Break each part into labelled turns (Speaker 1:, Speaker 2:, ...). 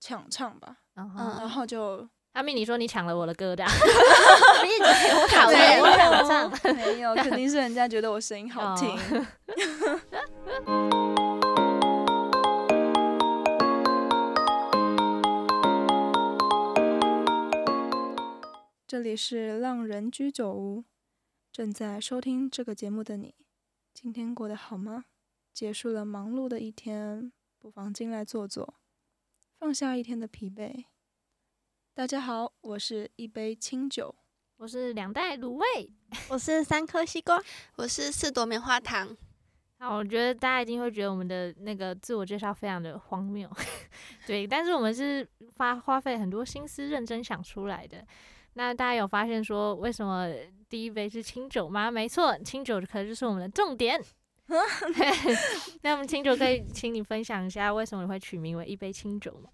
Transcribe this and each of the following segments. Speaker 1: 抢唱吧，
Speaker 2: 嗯哼
Speaker 3: 嗯
Speaker 1: 然后就
Speaker 2: 阿密，你说你抢了我的歌的，
Speaker 3: 你已经有 考虑
Speaker 1: 没有
Speaker 3: 我 想唱，
Speaker 1: 没有，肯定是人家觉得我声音好听。 这里是浪人居酒屋，正在收听这个节目的你，今天过得好吗？结束了忙碌的一天，不妨进来坐坐，放下一天的疲惫。大家好，我是一杯清酒。
Speaker 2: 我是两袋卤味。
Speaker 3: 我是三颗西瓜，
Speaker 4: 我是四朵棉花糖，
Speaker 2: 好，我觉得大家一定会觉得我们的那个自我介绍非常的荒谬， 对，但是我们是花花费很多心思认真想出来的。那大家有发现说为什么第一杯是清酒吗？没错，清酒可就是我们的 重点。 那我们清酒可以请你分享一下为什么你会取名为一杯清酒吗？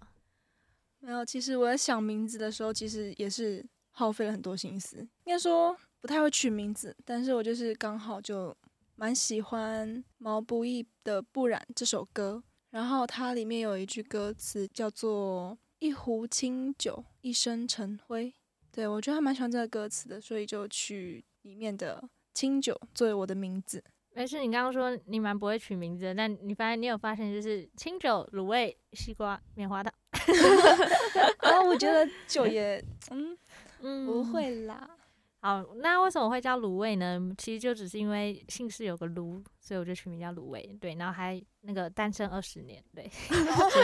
Speaker 1: 没有，其实我在想名字的时候，其实也是耗费了很多心思。应该说不太会取名字，但是我就是刚好就蛮喜欢毛不易的《不染》这首歌，然后它里面有一句歌词叫做“一壶清酒，一身尘灰”。对我觉得还蛮喜欢这个歌词的，所以就取里面的清酒作为我的名字。
Speaker 2: 没事，你刚刚说你蛮不会取名字的，但你发现你有发现就是清酒、卤味、西瓜、棉花糖，
Speaker 1: 然啊后我觉得酒也 嗯
Speaker 2: 嗯
Speaker 1: 不会啦。
Speaker 2: 好，那为什么会叫卤味呢？其实就只是因为姓氏有个卤，所以我就取名叫卤味。对，然后还那个单身二十年，对，所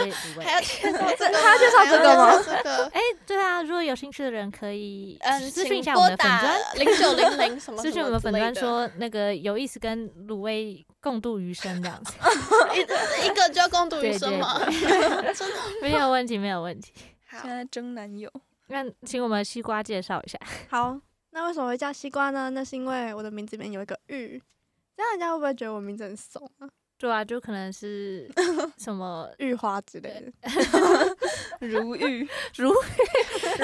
Speaker 2: 以卤味。
Speaker 4: 还要介绍这个吗，
Speaker 3: 他介绍这个吗
Speaker 4: 还要介绍这个，
Speaker 2: 哎、对啊，如果有兴趣的人可以
Speaker 4: 嗯，
Speaker 2: 私讯一
Speaker 4: 请
Speaker 2: 下我
Speaker 4: 拨
Speaker 2: 们的粉
Speaker 4: 打
Speaker 2: 砖，
Speaker 4: 零九零零什么
Speaker 2: 私
Speaker 4: 什
Speaker 2: 讯我
Speaker 4: 么
Speaker 2: 们粉
Speaker 4: 之
Speaker 2: 砖
Speaker 4: 类的，
Speaker 2: 说那个有意思跟卤味共度余生这样子，
Speaker 4: 一一个就要共度余生吗？真的
Speaker 2: 没有问题，没有问题。
Speaker 4: 好
Speaker 1: 现，在争男友，
Speaker 2: 那请我们西瓜介绍一下，
Speaker 5: 好，那为什么会叫西瓜呢？那是因为我的名字里面有一个玉，这样人家会不会觉得我名字很怂啊？
Speaker 2: 对啊，就可能 是什么
Speaker 5: 玉花之类的。
Speaker 1: 如玉。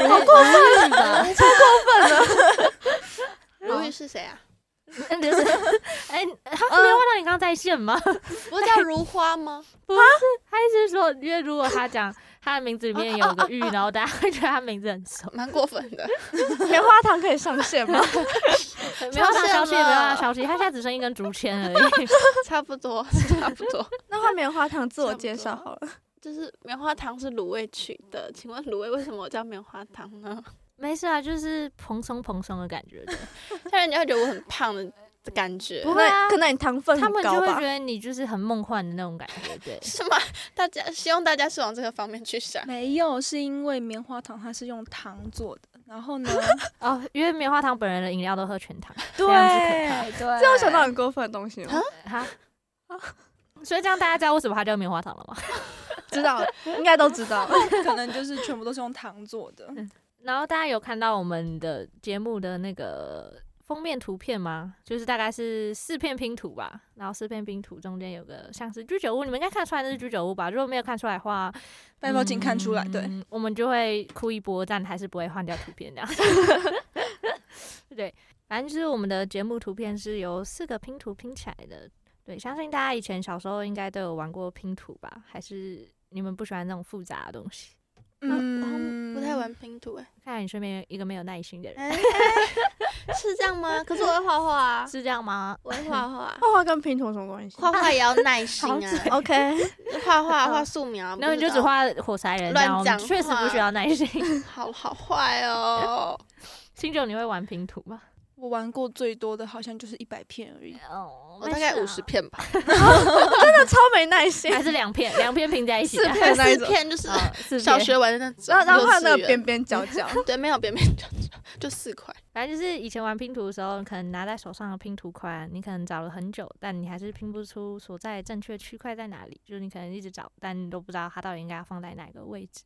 Speaker 2: 好过分啊吧？
Speaker 4: 如玉是谁啊？
Speaker 2: 那就是哎，
Speaker 5: 嗯
Speaker 2: 他没有问到你刚刚在线吗？
Speaker 4: 不是叫如花吗？
Speaker 2: 他意思是说，因为如果他讲他的名字里面有个玉，然后大家会觉得他名字很熟。
Speaker 4: 蛮过分的，
Speaker 5: 棉花糖可以上线吗？
Speaker 2: 没有他消息，
Speaker 4: 线
Speaker 2: 没
Speaker 4: 了
Speaker 2: 有他消息，他现在只剩一根竹签而已。
Speaker 4: 啊 差不多，是差不多。
Speaker 5: 那换棉花糖自我介绍好了。
Speaker 4: 就是棉花糖是卤味取的，请问卤味为什么我叫棉花糖呢？
Speaker 2: 没事啊，就是蓬松蓬松的感觉。
Speaker 4: 但人家会觉得我很胖的感觉。
Speaker 5: 不，
Speaker 2: 对
Speaker 5: 会
Speaker 2: 啊，
Speaker 5: 可能你 糖分
Speaker 2: 他
Speaker 5: 很
Speaker 2: 们就
Speaker 5: 高
Speaker 2: 会觉
Speaker 5: 吧？
Speaker 2: 得你就是很梦幻的那种感觉，对
Speaker 4: 是吗？ 大家希望大家是往这个方面去想。
Speaker 1: 没有，是因为棉花糖它是用糖做的，然后 呢，
Speaker 2: 哦，因为棉花糖本人的饮料都喝全糖，这样子可怕
Speaker 1: 对，
Speaker 5: 这有想到很过分的东西
Speaker 4: 啊
Speaker 5: 吗？
Speaker 2: 哈。所以这样大家知道为什么它叫棉花糖了吗？
Speaker 5: 知道，应该都知道。
Speaker 1: 可能就是全部都是用糖做的。
Speaker 2: 然后大家有看到我们的节目的那个封面图片吗？就是大概是四片拼图吧，然后四片拼图中间有个像是居酒屋，你们应该看出来那是居酒屋吧？如果没有看出来的话，
Speaker 1: 拜托，请看出来，对，
Speaker 2: 嗯，我们就会哭一波，但还是不会换掉图片那样。 对，反正就是我们的节目图片是由四个拼图拼起来的。对，相信大家以前小时候应该都有玩过拼图吧？还是你们不喜欢那种复杂的东西？
Speaker 1: 嗯，
Speaker 4: 不太玩拼图哎、
Speaker 2: 看来你身边有一个没有耐心的人，
Speaker 4: 哎，是这样吗？ 可是我会画画啊，
Speaker 2: 是这样吗？
Speaker 4: 我会画画，
Speaker 5: 画画跟拼图有什么关系
Speaker 4: 画画也要耐心啊，
Speaker 5: ？OK，
Speaker 4: 画画画素描，啊
Speaker 2: 那你就只画火柴人，
Speaker 4: 乱
Speaker 2: 这样我们
Speaker 4: 讲
Speaker 2: 确实不
Speaker 4: 话
Speaker 2: 需要耐心。
Speaker 4: 好好坏哦。
Speaker 2: 清酒，你会玩拼图吗？
Speaker 1: 我玩过最多的好像就是一百片而已。
Speaker 2: 哦
Speaker 4: 我大概五十，片吧，
Speaker 5: 那超没耐心。
Speaker 2: 还是两片，两片拼在一起的
Speaker 5: 四。片那一
Speaker 4: 四
Speaker 5: 种，
Speaker 4: 片就是
Speaker 2: 哦四
Speaker 4: 啊小
Speaker 2: 片
Speaker 4: 学玩的那种，
Speaker 5: 然后然后
Speaker 4: 幼稚
Speaker 5: 画那个
Speaker 4: 园
Speaker 5: 边边角角，
Speaker 4: 对，没有边边角角，就四块。
Speaker 2: 反正就是以前玩拼图的时候，可能拿在手上的拼图块，你可能找了很久，但你还是拼不出所在正确区块在哪里。就是你可能一直找，但你都不知道它到底应该要放在哪个位置。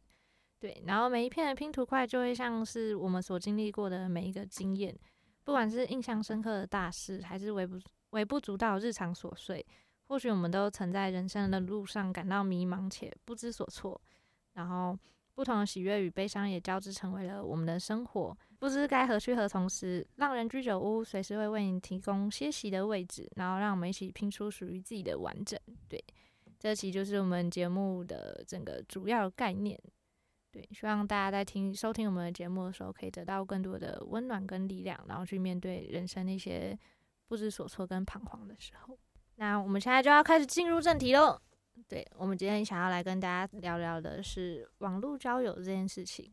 Speaker 2: 对，然后每一片的拼图块就会像是我们所经历过的每一个经验，不管是印象深刻的大事，还是微不微不足道的日常琐碎，或许我们都曾在人生的路上感到迷茫且不知所措，然后不同的喜悦与悲伤也交织成为了我们的生活。不知该何去何从时，让人居酒屋随时会为你提供歇息的位置，然后让我们一起拼出属于自己的完整。对，这期就是我们节目的整个主要概念。对，希望大家在听收听我们的节目的时候，可以得到更多的温暖跟力量，然后去面对人生那些不知所措跟彷徨的时候。那我们现在就要开始进入正题喽。对，我们今天想要来跟大家聊聊的是网络交友这件事情。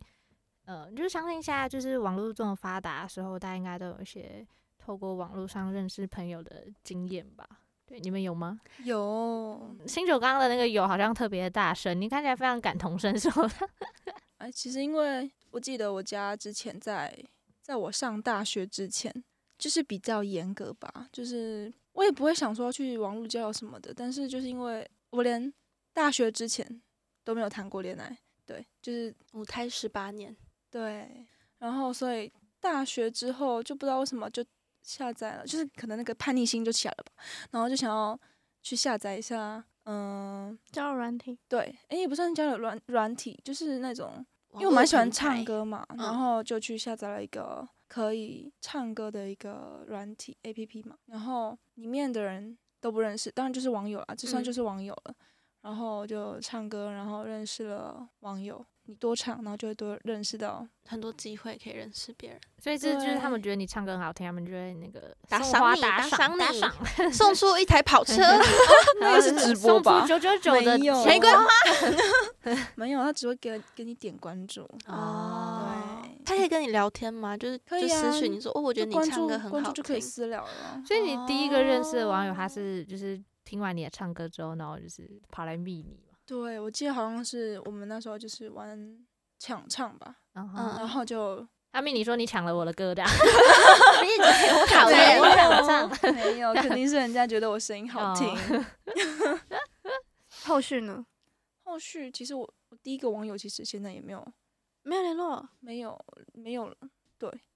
Speaker 2: 呃，就是相信现在就是网络这么发达的时候，大家应该都有一些透过网络上认识朋友的经验吧？对，你们有吗？
Speaker 1: 有，
Speaker 2: 新九刚的那个有好像特别大声，你看起来非常感同身受。
Speaker 1: 哎，其实因为我记得我家之前在在我上大学之前，就是比较严格吧，就是我也不会想说要去网络交友什么的，但是就是因为我连大学之前都没有谈过恋爱，对，就是
Speaker 4: 母胎十八年，
Speaker 1: 对，然后所以大学之后就不知道为什么就下载了，就是可能那个叛逆心就起来了吧，然后就想要去下载一下，嗯、
Speaker 5: 交友软体，
Speaker 1: 对，哎，也不算交友软软体，就是那种因
Speaker 4: 因
Speaker 1: 为我蛮喜欢唱，歌嘛，
Speaker 4: 嗯
Speaker 1: 然后就去下载了一个可以唱歌的一个软体 A P P 嘛，然后里面的人都不认识，当然就是网友啦，就算
Speaker 4: 嗯
Speaker 1: 就是网友了，然后就唱歌，然后认识了网友，你多唱，然后就会多认识到，
Speaker 4: 很多机会可以认识别人，
Speaker 2: 所以这就是他们
Speaker 1: 对
Speaker 2: 觉得你唱歌很好听，他们就会那个
Speaker 4: 打
Speaker 2: 送
Speaker 4: 赏
Speaker 2: 花
Speaker 4: 你
Speaker 2: 打
Speaker 4: 打
Speaker 2: 赏
Speaker 4: 赏
Speaker 2: 打
Speaker 4: 你
Speaker 2: 赏，
Speaker 4: 送出一台跑车，
Speaker 1: 那个是直播吧
Speaker 2: 九九九的
Speaker 1: 没有
Speaker 2: 玫瑰花
Speaker 1: 没有，他只会给给你点关注，
Speaker 2: 哦。
Speaker 1: 对，
Speaker 4: 他可以跟你聊天吗？就是
Speaker 1: 可以
Speaker 4: 就私
Speaker 1: 啊
Speaker 4: 讯你说，哦，我
Speaker 1: 我
Speaker 4: 觉得你
Speaker 1: 关
Speaker 4: 唱
Speaker 1: 注
Speaker 4: 歌很
Speaker 1: 关
Speaker 4: 好
Speaker 1: 注就可以
Speaker 4: 听，
Speaker 1: 私聊 了。
Speaker 2: 所以你第一个认识的网友，他
Speaker 4: 哦
Speaker 2: 是就是听完你的唱歌之后，然后就是跑来密你嘛。
Speaker 1: 对，我记得好像是我们那时候就是玩抢唱吧，
Speaker 2: 然
Speaker 4: 嗯
Speaker 2: 后
Speaker 1: 然后就
Speaker 2: 阿啊密你说你抢了我的歌的啊，
Speaker 3: 比你陪我讨
Speaker 2: 对
Speaker 3: 厌
Speaker 2: 我
Speaker 1: 没
Speaker 2: 想
Speaker 1: 有
Speaker 2: 唱
Speaker 1: 没有，肯定是人家觉得我声音
Speaker 4: 哦
Speaker 2: 哦
Speaker 1: 好听。
Speaker 5: 后续呢？
Speaker 1: 后续其实我我第一个网友其实现在也没有
Speaker 5: 没有联络，
Speaker 1: 没有没有了，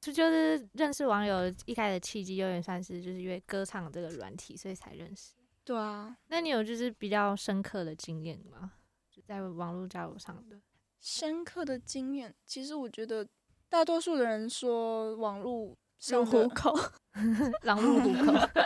Speaker 2: 这就是认识网友一开始的契机，有点算是就是因为歌唱这个软体，所以才认识。
Speaker 1: 对啊，
Speaker 2: 那你有就是比较深刻的经验吗？就在网络交友上的，
Speaker 1: 深刻的经验。其实我觉得大多数的人说网络
Speaker 4: 入
Speaker 1: 上
Speaker 4: 虎
Speaker 1: 的
Speaker 4: 口，
Speaker 2: 狼入虎口。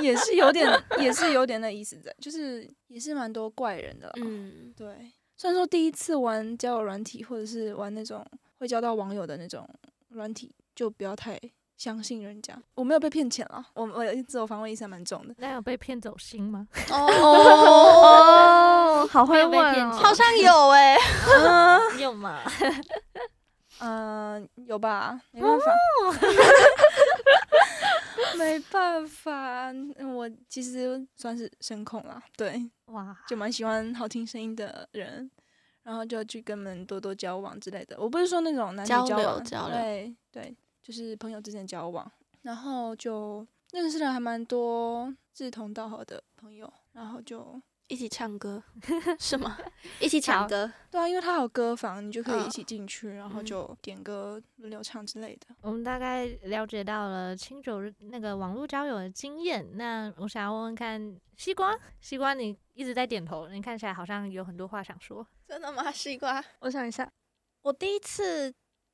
Speaker 1: 也是有点也是有点那意思在，就是也是蛮多怪人的啦。
Speaker 4: 嗯，
Speaker 1: 对，虽然说第一次玩交友软体或者是玩那种会交到网友的那种软体，就不要太相信人家。我没有被骗钱了，我我自我防卫意识还蛮重的。
Speaker 2: 那有被骗走心吗？
Speaker 5: 哦，好
Speaker 2: 没
Speaker 5: 会
Speaker 2: 有被
Speaker 5: 问
Speaker 2: 骗
Speaker 5: 哦，
Speaker 2: 钱
Speaker 4: 好像有哎，
Speaker 2: 有吗？
Speaker 1: 嗯、有吧？没办法，
Speaker 4: 哦
Speaker 1: 没办法，嗯我其实算是声控啦，对，
Speaker 2: 哇，
Speaker 1: 就蛮喜欢好听声音的人，然后就去跟他们多多交往之类的。我不是说那种男女
Speaker 4: 交
Speaker 1: 交
Speaker 4: 流
Speaker 1: 往，
Speaker 4: 交流
Speaker 1: 对对，就是朋友之间交往，然后就认识了还蛮多志同道合的朋友，然后就
Speaker 4: 一起唱歌是吗？一起抢
Speaker 2: 好
Speaker 4: 歌，
Speaker 1: 对啊，因为他有歌房，你就可以
Speaker 4: 嗯
Speaker 1: 一起进去，然后
Speaker 4: 嗯
Speaker 1: 就点歌轮流唱之类的。
Speaker 2: 我们大概了解到了清酒那个网络交友的经验。那我想要问问看，西瓜，西瓜，你一直在点头，你看起来好像有很多话想说。
Speaker 4: 真的吗？西瓜，
Speaker 5: 我想一下，我第一次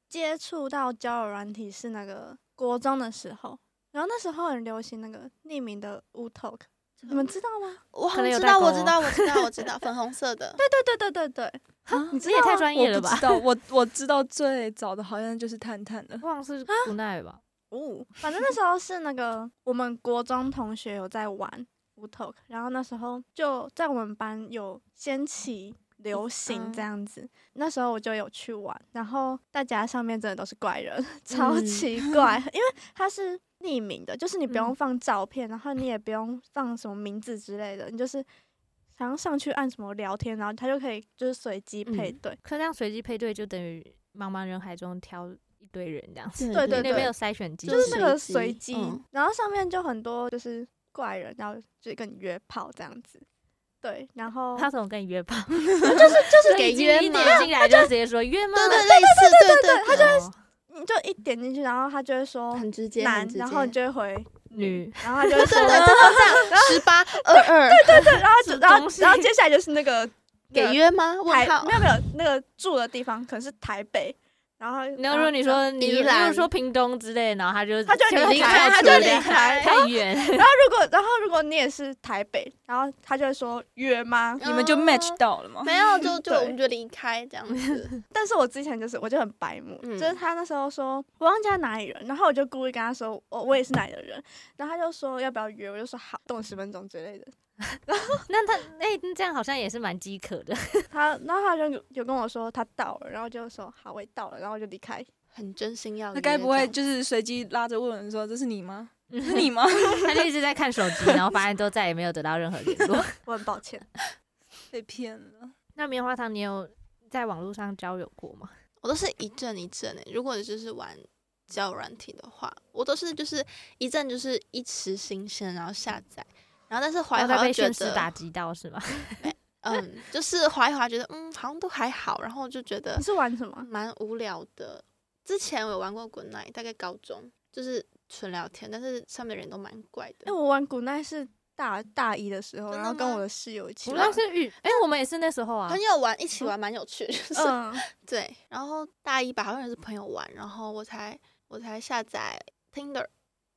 Speaker 5: 接触到交友软体是那个国中的时候，然后那时候很流行那个匿名的 w Talk，你们知道吗？
Speaker 4: 我好
Speaker 2: 可能
Speaker 4: 像
Speaker 2: 有
Speaker 4: 知
Speaker 2: 代
Speaker 4: 道，我
Speaker 2: 沟
Speaker 4: 知
Speaker 2: 哦
Speaker 4: 道，我知道，我知道，粉红色的，
Speaker 5: 对对对对对对，
Speaker 1: 啊
Speaker 5: 你知
Speaker 2: 你也
Speaker 5: 道
Speaker 2: 太
Speaker 5: 吗
Speaker 2: 专
Speaker 1: 我
Speaker 2: 业了
Speaker 1: 不
Speaker 2: 吧？
Speaker 1: 知道，我我知道最早的好像就是探探了。
Speaker 2: 忘是
Speaker 5: 啊
Speaker 2: 不奈吧？
Speaker 5: 哦，反正那时候是那个我们国中同学有在玩 w Talk，然后那时候就在我们班有掀起流行
Speaker 4: 嗯
Speaker 5: 这样子，那时候我就有去玩，然后大家上面真的都是怪人， 超
Speaker 4: 嗯
Speaker 5: 奇怪，因为它是匿名的，就是你不用
Speaker 2: 嗯
Speaker 5: 放照片，然后你也不用放什么名字之类的，你就是好像上去按什么聊天，然后它就可以就是随机配
Speaker 2: 嗯
Speaker 5: 对。
Speaker 2: 可这样随机配对，就等于茫茫人海中挑一堆人这样子，
Speaker 5: 对对
Speaker 2: 那
Speaker 5: 对
Speaker 2: 边有筛选机制，
Speaker 5: 就是那个
Speaker 4: 随
Speaker 5: 随机，
Speaker 4: 机嗯
Speaker 5: 然后上面就很多就是怪人，然后就是跟你约炮这样子。对，然后
Speaker 2: 他怎么跟你约炮？
Speaker 5: 就是
Speaker 2: 给
Speaker 5: 约
Speaker 2: 一
Speaker 5: 嘛
Speaker 2: 点进来就直接说约吗？哦
Speaker 4: 对对，类似，对对，
Speaker 2: 他就
Speaker 5: 你就一点进去，然后他就会说
Speaker 4: 很直接，
Speaker 5: 男
Speaker 4: 很，直
Speaker 5: 然后你
Speaker 4: 接。
Speaker 5: 就会回，
Speaker 2: 女，
Speaker 5: 然后他就 会说
Speaker 4: 对对，真的这样，十八二二
Speaker 5: 对，然后
Speaker 2: 什么
Speaker 5: 就然后
Speaker 2: 东西
Speaker 5: 然后接下来就是那个
Speaker 4: 给约吗？
Speaker 5: 台
Speaker 4: 问号
Speaker 5: 没有没有那个住的地方可能是台北，然后
Speaker 2: 然后如果你说你，
Speaker 3: 宜
Speaker 2: 如
Speaker 3: 兰
Speaker 2: 果说屏东之类，然后他就
Speaker 5: 啊他就
Speaker 2: 前面
Speaker 5: 离
Speaker 2: 讲太
Speaker 5: 开他就
Speaker 2: 远
Speaker 5: 离开
Speaker 2: 太远，
Speaker 5: 然后如果然后如果你也是台北，然后他就会说约吗？
Speaker 1: 你们就 match 到了吗？
Speaker 4: 没有 就就
Speaker 5: 对
Speaker 4: 我们就离开这样子，
Speaker 5: 但是我之前就是我就很白目，
Speaker 4: 嗯
Speaker 5: 就是他那时候说我忘记他哪里人，然后我就故意跟他说我我也是哪里的人，然后他就说要不要约，我就说好，等我十分钟之类 的。
Speaker 2: 那他哎、这样好像也是蛮饥渴的。
Speaker 5: 他然后他就有有跟我说他到了，然后就说好我也到了，然后我就离开。
Speaker 4: 很真心要约这样。
Speaker 1: 他该不会就是随机拉着问说这是你吗？是你吗？
Speaker 2: 他就一直在看手机，然后发现都再也没有得到任何联络。
Speaker 5: 我很抱歉，
Speaker 1: 被骗了。
Speaker 2: 那棉花糖，你有在网络上交友过吗？
Speaker 4: 我都是一阵一阵诶、如果你就是玩交友软体的话，我都是就是一阵就是一时新鲜，然后下载，然后但是划一
Speaker 2: 然后
Speaker 4: 划
Speaker 2: 再被
Speaker 4: 又觉
Speaker 2: 现实打
Speaker 4: 得，
Speaker 2: 击到是吗？
Speaker 4: 嗯，就是划一划觉得嗯好像都还好，然后就觉得
Speaker 5: 你是玩什么？
Speaker 4: 蛮无聊的。之前我有玩过 Good Night，大概高中就是纯聊天，但是上面人都蛮怪的。
Speaker 5: 哎、我玩古奈是大大一的时候，
Speaker 4: 真的
Speaker 5: 然后跟
Speaker 4: 吗
Speaker 5: 我的室友一起
Speaker 2: 我
Speaker 5: 玩
Speaker 2: 们。是遇哎、我们也是那时候啊
Speaker 4: 朋，友玩一起玩蛮有趣的，就是、
Speaker 5: 嗯，
Speaker 4: 对。然后大一吧，好像也是朋友玩，然后我才我才下载 Tinder，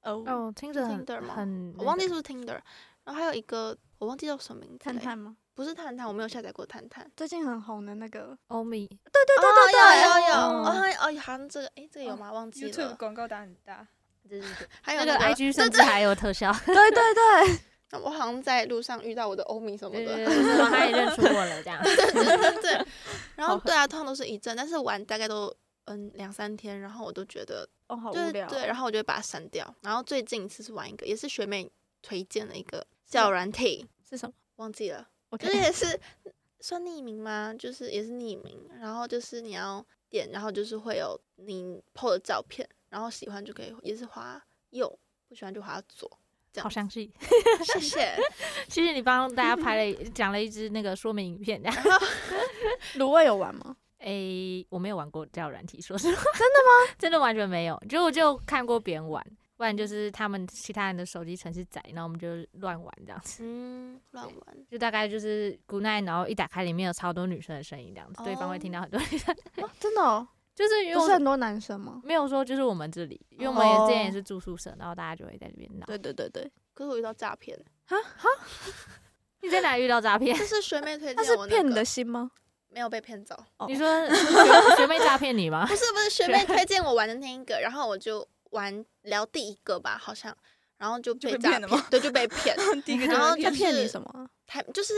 Speaker 2: 哦，听着很
Speaker 4: Tinder 吗
Speaker 2: 很那
Speaker 4: 我忘记
Speaker 2: 个
Speaker 4: 是不是 Tinder，然后还有一个我忘记叫什么名字
Speaker 5: 探
Speaker 4: 嘞，
Speaker 5: 探吗？
Speaker 4: 不是探探，我没有下载过探探。
Speaker 5: 最近很红的那个，
Speaker 2: 欧米，
Speaker 4: 对对对对，有
Speaker 1: 哦
Speaker 4: 有有，哦还哦好像这个哎这个有吗？忘记
Speaker 1: YouTube
Speaker 4: 了，
Speaker 1: 广告打很大，
Speaker 4: 还有
Speaker 2: 那个 IG
Speaker 4: 对
Speaker 2: 甚至还有特效，
Speaker 5: 对对对，
Speaker 4: 对，我好像在路上遇到我的欧米什 么
Speaker 2: 对对
Speaker 4: 的，
Speaker 2: 对，然后他也认出我了这 样。
Speaker 4: 对。然
Speaker 2: 好
Speaker 4: 后
Speaker 2: 狠
Speaker 4: 对啊，通常都是一阵，但是玩大概都。嗯，两三天，然后我都觉得
Speaker 5: 哦，好无
Speaker 4: 对
Speaker 5: 聊。
Speaker 4: 对，然后我就会把它删掉。然后最近一次是玩一个，也是学妹推荐的一 个叫软体，
Speaker 5: 是什么
Speaker 4: 忘记了，
Speaker 5: ？OK，
Speaker 4: 就是也是算匿名吗？就是也是匿名，然后就是你要点，然后就是会有你 PO 的照片，然后喜欢就可以，也是滑右，不喜欢就滑左。这
Speaker 2: 好详
Speaker 4: 样子，
Speaker 2: 细，
Speaker 4: 谢 谢。
Speaker 2: 谢谢你帮大家拍了讲了一支那个说明影片。这样
Speaker 5: 卤味有玩吗？
Speaker 2: 诶、我没有玩过交友软体，说实话，真的 吗？真的完全没有，就我就看过别人玩，不然就是他们其他人的手机程式载，然后我们就乱玩这样子。
Speaker 4: 嗯，乱玩。
Speaker 2: 就大概就是古奈，然后一打开里面有超多女生的声音，这样子，对方会听到很多女生，
Speaker 5: 哦，真的哦，
Speaker 2: 就是因为
Speaker 5: 不是
Speaker 2: 我
Speaker 5: 很多男生吗？
Speaker 2: 没有说就是我们这里，因为我们也之前也
Speaker 5: 哦
Speaker 2: 是住宿舍，然后大家就会在这边闹。
Speaker 5: 对对对，
Speaker 4: 可是我遇到诈骗，
Speaker 2: 你在哪遇到诈 骗？
Speaker 4: 就是学妹推
Speaker 5: 他
Speaker 4: 荐
Speaker 5: 是
Speaker 4: 我、那个，
Speaker 5: 骗你的心吗？
Speaker 4: 没有被骗走。
Speaker 5: 哦
Speaker 2: 你说学学妹诈骗你吗
Speaker 4: 不？是不是，学妹推荐我玩的那一 个，然后我就玩聊第一个吧，好像，然后就
Speaker 1: 就
Speaker 4: 被
Speaker 1: 被
Speaker 4: 诈
Speaker 1: 骗了吗
Speaker 4: 对，就 被骗。
Speaker 1: 第一个
Speaker 4: 然后
Speaker 1: 就
Speaker 4: 就
Speaker 5: 他
Speaker 1: 是
Speaker 5: 骗你
Speaker 4: 是
Speaker 5: 什么？
Speaker 4: 他就是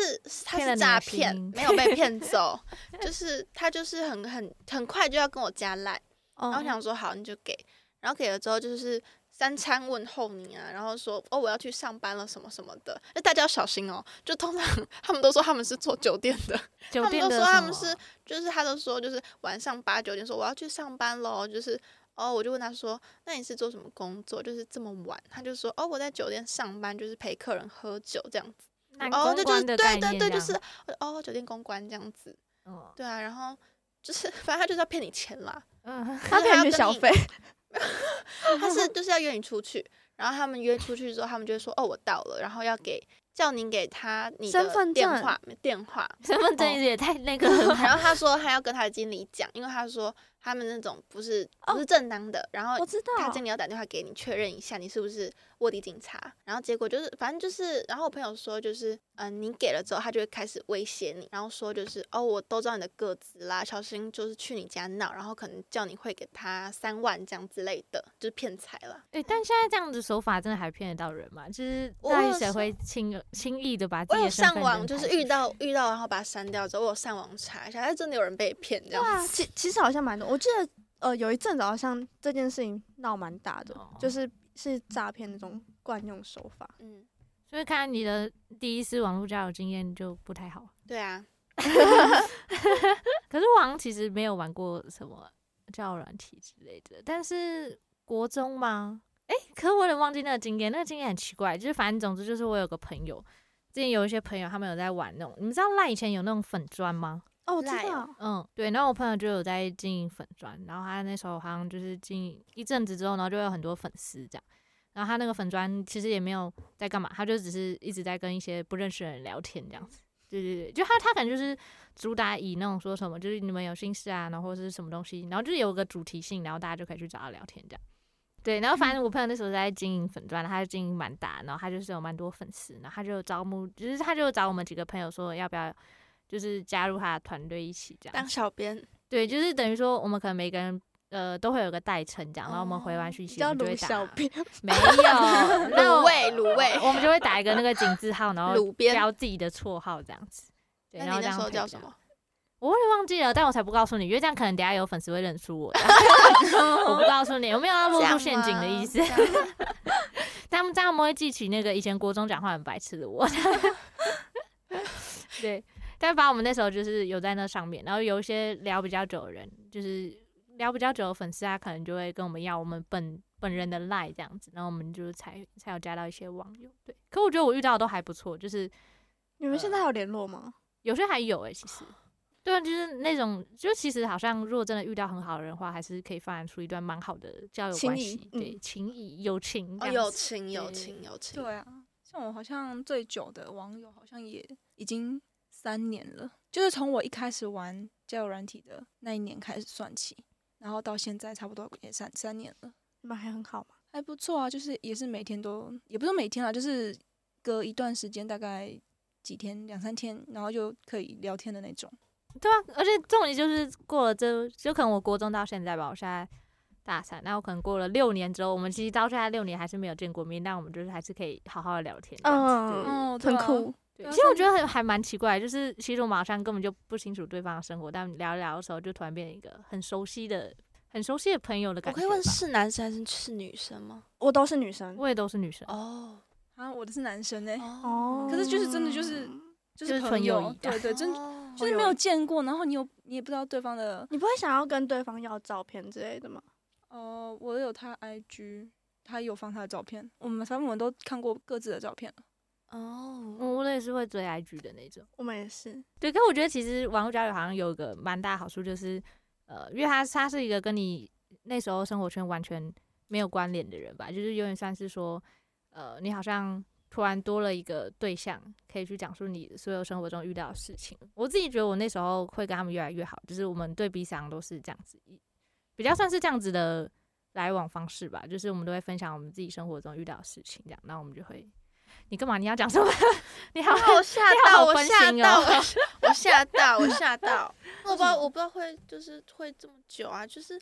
Speaker 4: 他
Speaker 2: 骗了
Speaker 4: 是
Speaker 2: 你的
Speaker 4: 诈骗
Speaker 2: 心，
Speaker 4: 没有被 骗走，就是他就是很很很快就要跟我加赖，
Speaker 5: 哦
Speaker 2: 嗯
Speaker 4: 然后我想说好你就给，然后给了之后就是三餐问候你啊，然后说哦我要去上班了什么什么的，那大家要小心哦，就通常 他们都说他们是做酒店的，
Speaker 2: 酒
Speaker 4: 他们
Speaker 2: 店
Speaker 4: 都
Speaker 2: 的
Speaker 4: 说
Speaker 2: 什
Speaker 4: 他们
Speaker 2: 么
Speaker 4: 是就是他都说就是晚上八九点说我要去上班喽，就是。哦，我就问他说：“那你是做什么工作？就是这么晚？”他就说：“哦，我在酒店上班，就是陪客人喝酒这样子。”
Speaker 2: 男
Speaker 4: 哦，
Speaker 2: 公
Speaker 4: 对，就是
Speaker 2: 关
Speaker 4: 对
Speaker 2: 的概念这样，
Speaker 4: 对对，就是哦，酒店公关这样子，
Speaker 2: 嗯
Speaker 4: 对啊，然后就是反正他就是要骗你钱啦，
Speaker 2: 嗯，
Speaker 5: 他骗你去消费，
Speaker 4: 他 是就是要约你出去，然后他们约出去之后，他们就会说哦我到了，然后要给叫你给他你
Speaker 5: 身份
Speaker 4: 的电
Speaker 5: 证
Speaker 4: 话电话，
Speaker 2: 身份
Speaker 4: 哦
Speaker 2: 证也太那个 了 吧。
Speaker 4: 然后他说他要跟他的经理讲，因为他说他们那种不是不是正当的，然后
Speaker 5: 我知道
Speaker 4: 他。经理要打电话给你确认一下你是不是卧底警察，然后结果就是反正就是，然后我朋友说就是，嗯、你给了之后，他就会开始威胁你，然后说就是哦，我都知道你的个子啦，小心就是去你家闹，然后可能叫你汇给他三万这样之类的，就是骗财啦。
Speaker 2: 对，但现在这样子手法真的还骗得到人吗？就是
Speaker 4: 我
Speaker 2: 到底
Speaker 4: 有
Speaker 2: 谁
Speaker 4: 上
Speaker 2: 会轻轻易的把自
Speaker 4: 我
Speaker 2: 己
Speaker 4: 有
Speaker 2: 的身份证
Speaker 4: 上网，就是
Speaker 2: 排出
Speaker 4: 遇到遇到，然后把它删掉之后，我有上网查一下，哎，真的有人被骗这
Speaker 5: 对
Speaker 4: 样
Speaker 5: 啊，
Speaker 4: 子。
Speaker 5: 其其实好像蛮多，我记得呃有一阵子好像这件事情闹蛮大的
Speaker 2: 哦，
Speaker 5: 就是是诈骗那种惯用手法。
Speaker 4: 嗯，
Speaker 2: 所以看来你的第一次网络交友经验就不太好。
Speaker 4: 对啊，
Speaker 2: 可是我好像其实没有玩过什么交友软体之类的，但是国中吗？诶，可我有点忘记那个经验，那个经验很奇怪，就是反正总之就是我有个朋友，之前有一些朋友他们有在玩那种，你们知道赖以前有那种粉砖吗？
Speaker 5: 哦，我知
Speaker 4: 赖
Speaker 5: 道
Speaker 4: 哦，
Speaker 2: 嗯，对，然后我朋友就有在经营粉砖，然后他那时候好像就是经营一阵子之后，然后就会有很多粉丝这样。然后他那个粉砖其实也没有在干嘛，他就只是一直在跟一些不认识的人聊天这样子。对对对，就他他可能就是主打以那种说什么，就是你们有心事啊，然后或者是什么东西，然后就是有个主题性，然后大家就可以去找他聊天这样。对，然后反正我朋友那时候在经营粉钻，他就经营蛮大，然后他就是有蛮多粉丝，然后他就招募，就是他就找我们几个朋友说要不要，就是加入他的团队一起这样。
Speaker 4: 当小编，
Speaker 2: 对，就是等于说我们可能每个人呃都会有个代称这样，然后我们回完讯息
Speaker 5: 叫
Speaker 2: 我们就
Speaker 5: 卢
Speaker 2: 会
Speaker 5: 小
Speaker 2: 打，
Speaker 5: 编，
Speaker 2: 没 有
Speaker 4: 卤味卤味
Speaker 2: 我们就会打一个那个井字号，然后
Speaker 4: 卤编
Speaker 2: 标自己的绰号这样子。对，
Speaker 4: 那
Speaker 2: 然后
Speaker 4: 你
Speaker 2: 这
Speaker 4: 那
Speaker 2: 样
Speaker 4: 时候
Speaker 2: 配
Speaker 4: 叫
Speaker 2: 这
Speaker 4: 什
Speaker 2: 样
Speaker 4: 么？
Speaker 2: 我也忘记了，但我才不告诉你，因为这样可能等下有粉丝会认出我的。 我不告诉你，我没有要
Speaker 4: 这
Speaker 2: 落入
Speaker 4: 样
Speaker 2: 陷阱的意
Speaker 4: 吗哦
Speaker 2: 思。
Speaker 4: 这样
Speaker 2: 他们这样他们会记起那个以前国中讲话很白痴的我。 对，但反正我们那时候就是有在那上面，然后有一些聊比较久的人，就是聊比较久的粉丝，他可能就会跟我们要我们本本人的 line 这样子，然后我们就才才有加到一些网友。对，可我觉得我遇到的都还不错，就是
Speaker 5: 你们现在还有联络吗？
Speaker 2: 有些还有诶、欸其实。 对啊，就是那种，就其实好像，如果真的遇到很好的人的话，还是可以发展出一段蛮好的交友
Speaker 5: 情
Speaker 2: 关
Speaker 5: 谊
Speaker 2: 系，对，
Speaker 5: 嗯
Speaker 2: 情谊、友情这
Speaker 4: 哦，
Speaker 2: 样
Speaker 4: 友
Speaker 2: 子
Speaker 4: 情友
Speaker 2: 对
Speaker 4: 情友情，
Speaker 1: 对啊，像我好像最久的网友好像也已经三年了，就是从我一开始玩交友软体的那一年开始算起，然后到现在差不多也三三年了，
Speaker 5: 你们还很好吗？
Speaker 1: 还不错啊。就是也是每天都，也不是每天啦，就是隔一段时间，大概几天两三天，然后就可以聊天的那种。
Speaker 2: 对啊，而且重点就是过了这，就可能我国中到现在吧，我现在大三，那我可能过了六年之后，我们其实到现在六年还是没有见过面，但我们就是还是可以好好的聊天这样子。对
Speaker 5: 嗯
Speaker 1: 哦，
Speaker 5: 很酷。
Speaker 2: 对
Speaker 1: 对啊
Speaker 2: 其实我觉得还还蛮奇怪，就是其实我们好像根本就不清楚对方的生活，但聊一聊的时候就突然变成一个很熟悉的、很熟悉的朋友的
Speaker 4: 我
Speaker 2: 感觉
Speaker 4: 可
Speaker 2: 吧。
Speaker 4: 以问是男生还是是女生吗？
Speaker 5: 我都是女生
Speaker 2: 我也都是女生，
Speaker 4: 哦
Speaker 1: 啊，我的是男生呢、
Speaker 2: 哎
Speaker 5: 哦，
Speaker 1: 可是就是真的就是就
Speaker 2: 就是是
Speaker 1: 朋
Speaker 2: 纯友
Speaker 1: 友
Speaker 2: 谊，这
Speaker 1: 对对，真
Speaker 4: 哦
Speaker 1: 就是没有见过，然后你又你也不知道对方的。
Speaker 5: 你不会想要跟对方要照片之类的吗？
Speaker 1: 哦，我有他 IG，他有放他的照片，我们反正我们都看过各自的照片了。
Speaker 4: 哦，
Speaker 2: 嗯我我也是会追 IG 的那种。
Speaker 5: 我们也是，
Speaker 2: 对，可我觉得其实网络交友好像有一个蛮大的好处，就是呃，因为它它是一个跟你那时候生活圈完全没有关联的人吧，就是有点算是说，呃，你好像突然多了一个对象，可以去讲述你所有生活中遇到的事情。我自己觉得我那时候会跟他们越来越好，就是我们对彼此好像都是这样子，比较算是这样子的来往方式吧，就是我们都会分享我们自己生活中遇到的事情，这样，那我们就会。你干嘛？你要讲什么？ 你好，
Speaker 4: 哦我吓
Speaker 2: 你好
Speaker 4: 到，我
Speaker 2: 分
Speaker 4: 吓
Speaker 2: 心
Speaker 4: 到，
Speaker 2: 哦
Speaker 4: 我吓我吓到，我 吓到。我不知道，我不知道会就是会这么久啊，就是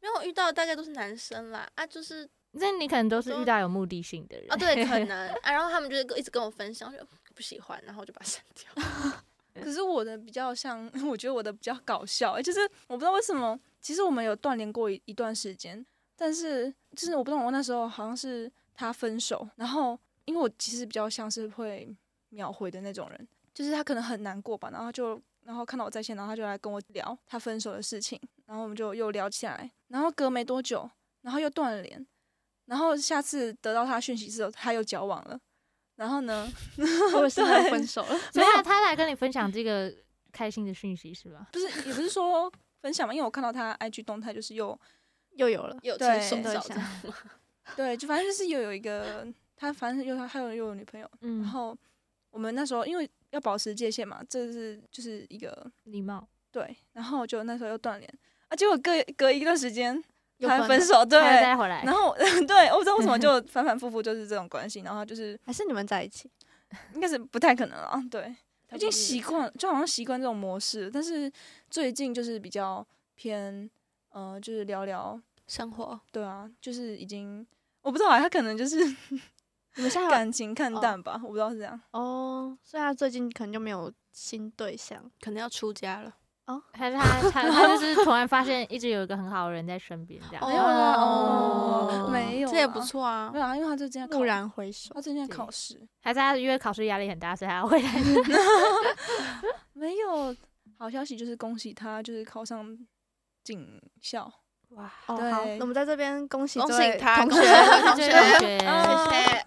Speaker 4: 没有遇到，大概都是男生啦啊，就是
Speaker 2: 那你可能都是
Speaker 4: 都
Speaker 2: 遇到有目的性的人
Speaker 4: 啊，对，可 能啊，然后他们就是一直跟我分享，我就不喜欢，然后我就把它删掉。
Speaker 1: 可是我的比较像， 我觉得我的比较搞笑、欸，就是我不知道为什么，其实我们有断联过一一段时间，但是就是我不懂，我那时候好像是他分手，然后因为我其实比较像是会秒回的那种人，就是他可能很难过吧，然后就然后看到我在线，然后他就来跟我聊他分手的事情，然后我们就又聊起来，然后隔没多久，然后又断了联，然后下次得到他的讯息之后，他又交往了，然后呢？
Speaker 5: 我也是
Speaker 1: 对
Speaker 5: 跟他分手了，
Speaker 2: 所以他他来跟你分享这个开心的讯息是吧？
Speaker 1: 不是，也不是说分享嘛，因为我看到他 IG 动态，就是 又
Speaker 5: 又有了。
Speaker 4: 有
Speaker 1: 对
Speaker 4: 牵手
Speaker 1: 真
Speaker 5: 的
Speaker 4: 照
Speaker 5: 想
Speaker 4: 这样吗？
Speaker 1: 对，就反正就是又有一个他，反正又他还有又有女朋友，然
Speaker 2: 嗯，
Speaker 1: 后我们那时候因为要保持界限嘛，这是就是一个
Speaker 2: 礼貌。
Speaker 1: 对，然后就那时候又断联啊，结果隔隔一段时间
Speaker 5: 又
Speaker 1: 才
Speaker 5: 分
Speaker 1: 分
Speaker 5: 了
Speaker 1: 手，对，
Speaker 2: 他又再回来
Speaker 1: 然，后 对，我不知道为什么就反反复复就是这种关系，然后就是
Speaker 5: 还是你们在一起？
Speaker 1: 应该是不太可能了，对，
Speaker 4: 他嗯
Speaker 1: 已经
Speaker 4: 不是
Speaker 1: 习惯，就好像习惯这种模式，但是最近就是比较偏呃，就是聊聊
Speaker 4: 生活，
Speaker 1: 对啊，就是已经我不知道啊，他可能就是
Speaker 5: 你们现在有
Speaker 1: 感情看淡吧，我不知道是这样。
Speaker 5: 哦，所以他最近可能就没有新对象。
Speaker 4: 可能要出家了。
Speaker 2: 还是他他他就是突然发现一直有一个很好的人在身边这样。
Speaker 1: 没有啦，哦
Speaker 5: 哦，
Speaker 1: 没有啦，
Speaker 4: 这也不错啊
Speaker 1: 没。有啊，因为他最近在考
Speaker 5: 蓦，然回首
Speaker 1: 他，最近在
Speaker 2: 对
Speaker 1: 考试，
Speaker 2: 还是他因为考试压力很大，所以他要回来。
Speaker 1: 没有好消息就是恭喜他，就是考上警校，
Speaker 2: 哇，
Speaker 5: 哦，
Speaker 1: 对
Speaker 5: 好，那我们在这边恭喜
Speaker 4: 恭
Speaker 5: 这
Speaker 4: 喜
Speaker 5: 位
Speaker 4: 他，
Speaker 5: 同
Speaker 4: 恭
Speaker 5: 学
Speaker 4: 喜他同
Speaker 2: 这
Speaker 4: 学，
Speaker 2: 位
Speaker 4: 谢
Speaker 2: 同学，
Speaker 4: 谢，